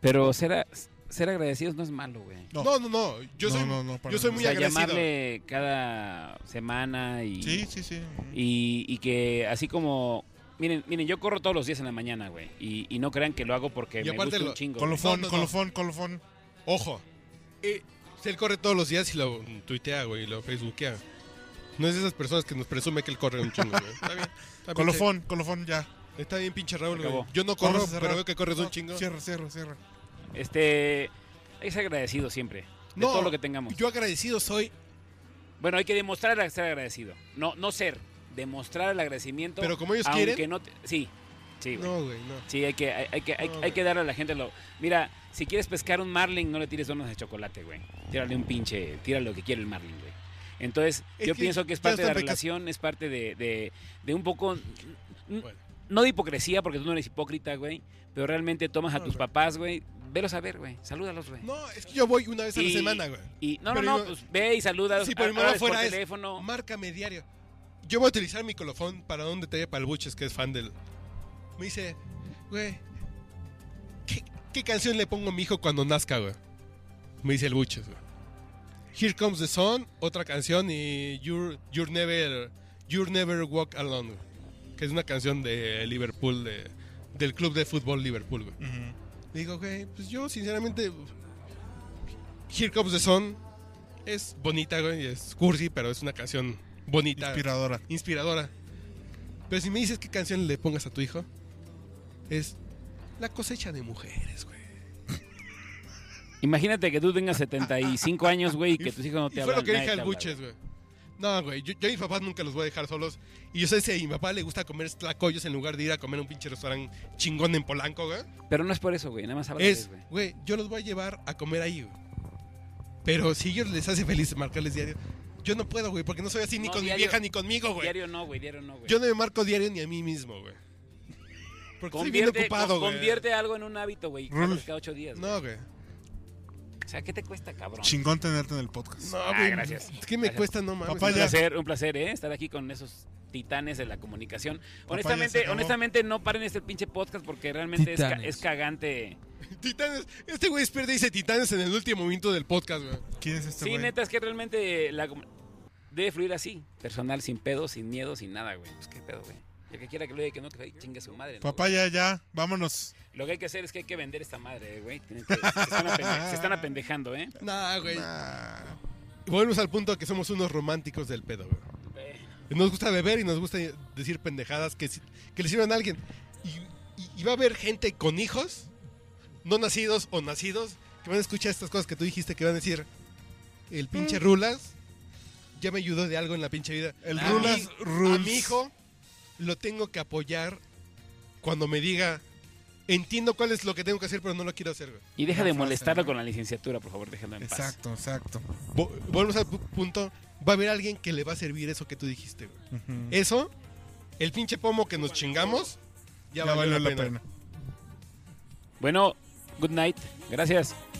A: Pero ser, a- ser agradecidos no es malo, güey.
C: No.
B: No, no, no. Yo
C: No,
B: soy,
C: no, no, para
B: yo soy
C: nada.
A: O
B: muy
A: sea,
B: agradecido.
A: llamarle cada semana y,
C: Sí, sí, sí.
A: y, y que así como. Miren, miren, yo corro todos los días en la mañana, güey. Y, y no crean que lo hago porque
B: Y
A: me
B: aparte
A: gusta un
B: lo-
A: chingo. güey.
C: Colofón,
B: No, no, no.
C: colofón, colofón.
B: Ojo. Eh, él corre todos los días y lo tuitea, güey, y lo facebookea. No es de esas personas que nos presume que él corre un chingo, güey.
C: [LAUGHS]
B: Está bien. Está bien,
C: Colofón, colofón, ya.
B: che- Está bien, pinche Raúl,
A: Se acabó.
B: güey. Yo no
C: Vamos
B: corro,
C: a cerrar.
B: pero veo que corres un
C: No,
B: chingo.
C: Cierra, cierra, cierra.
A: Este. Hay que ser agradecido siempre. De
B: No,
A: todo lo que tengamos.
B: Yo agradecido soy,
A: Bueno, hay que demostrar a ser agradecido. No, no ser. Demostrar el agradecimiento.
B: pero como ellos
A: aunque
B: quieren.
A: no te- Sí, sí, güey.
B: No, güey, no.
A: Sí, hay que, hay, hay que, hay,
B: No,
A: hay
B: güey.
A: que darle a la gente lo. Mira, si quieres pescar un marlin, no le tires donas de chocolate, güey. Tírale un pinche, tírale lo que quiere el marlin, güey. Entonces,
B: Es
A: yo
B: que
A: pienso que es
B: ya
A: parte de la
B: están pecas-
A: relación, es parte de, de, de un poco. n-
B: Bueno.
A: No de hipocresía, porque tú no eres hipócrita, güey. Pero realmente tomas a
B: No,
A: tus
B: güey.
A: papás, güey. Velos a ver, güey. Salúdalos, güey.
B: No, es que yo voy una vez a la
A: Y-
B: semana, güey.
A: Y no, no,
B: Pero
A: no,
B: yo-
A: pues ve y saluda.
B: Si por mi mamá
A: háblales
B: fuera es-
A: teléfono.
B: Márcame diario. Yo voy a utilizar mi colofón para donde te para el Buches, que es fan del. Me dice, güey, ¿qué, qué canción le pongo a mi hijo cuando nazca, güey? Me dice el Buches, güey. Here Comes the Sun, otra canción y You're, You're Never You're Never Walk Alone, güey, que es una canción de Liverpool, de- del club de fútbol Liverpool, güey. Le digo, güey, pues yo sinceramente, Here Comes the Sun es bonita, güey, es cursi, pero es una canción bonita,
C: Inspiradora.
B: inspiradora. Pero si me dices qué canción le pongas a tu hijo, es la cosecha de mujeres, güey.
A: Imagínate que tú tengas 75 años, güey, y que tus hijos no
B: Y
A: te
B: fue
A: hablan.
B: lo que
A: nadie
B: dije
A: te
B: al
A: habla,
B: Buches, güey. No, güey, yo, yo a mis papás nunca los voy a dejar solos. Y yo sé si a mi papá le gusta comer tlacoyos en lugar de ir a comer a un pinche restaurante chingón en Polanco, güey.
A: güey. Pero no es por eso, güey, nada más hablas,
B: Es,
A: güey.
B: güey, yo los voy a llevar a comer ahí, güey. Pero si ellos les hace feliz marcarles diario, yo no puedo, güey, porque no soy así ni
A: No,
B: con mi
A: diario-
B: vieja ni conmigo, güey.
A: Diario no, güey, diario no, güey.
B: Yo no me marco diario ni a mí mismo, güey. Porque estoy bien
A: Convierte,
B: ocupado,
A: con-
B: güey.
A: convierte algo en un hábito, güey, cada,
C: Rulf.
A: cada ocho días. güey.
B: No, güey.
A: O sea, ¿qué te cuesta, cabrón?
C: Chingón tenerte en el podcast.
B: No,
A: Ah,
B: güey.
A: gracias.
B: Es que me
A: Gracias.
B: cuesta, no mames.
C: Papá,
A: Un
C: ya.
A: placer, un placer, ¿eh? Estar aquí con esos titanes de la comunicación.
C: se
A: Honestamente,
C: acabó.
A: honestamente no paren este pinche podcast porque realmente es, ca-
D: Titanes.
A: es cagante.
B: Titanes. Este güey Spear dice Titanes en el último momento del podcast, güey.
C: ¿Quién es este
A: sí,
C: güey?
A: neta, es que realmente la com- debe fluir así. Personal, sin pedo, sin miedo, sin nada, güey. Pues qué pedo, güey. El que quiera que lo diga que no, que chingue a su madre. ¿no,
C: Papá, ya, ya, vámonos.
A: güey? Lo que hay que hacer es que hay que vender esta madre, eh, güey. Tienen que- se, están apende- se están apendejando, ¿eh?
B: Nah, güey. Volvemos al punto que somos unos románticos del pedo, güey. Nos gusta beber y nos gusta decir pendejadas que, si- que le sirven a alguien. Y, y- y va a haber gente con hijos, no nacidos o nacidos, que van a escuchar estas cosas que tú dijiste que van a decir, el pinche Rulas ya me ayudó de algo en la pinche vida.
C: Mm. El
B: A
C: Rulas
B: mí- A
C: rules.
B: mi hijo lo tengo que apoyar cuando me diga, entiendo cuál es lo que tengo que hacer, pero no lo quiero hacer, güey.
A: Y deja
C: La
A: de
C: frase,
A: molestarlo
C: ¿no?
A: con la licenciatura, por favor, déjalo en paz.
C: Exacto, exacto.
B: Vo- Volvemos al pu- punto, va a haber alguien que le va a servir eso que tú dijiste, güey. Eso, el pinche pomo que nos chingamos, ya,
C: Ya
B: valió
C: valió
B: la, pena.
A: Bueno, good night. Gracias.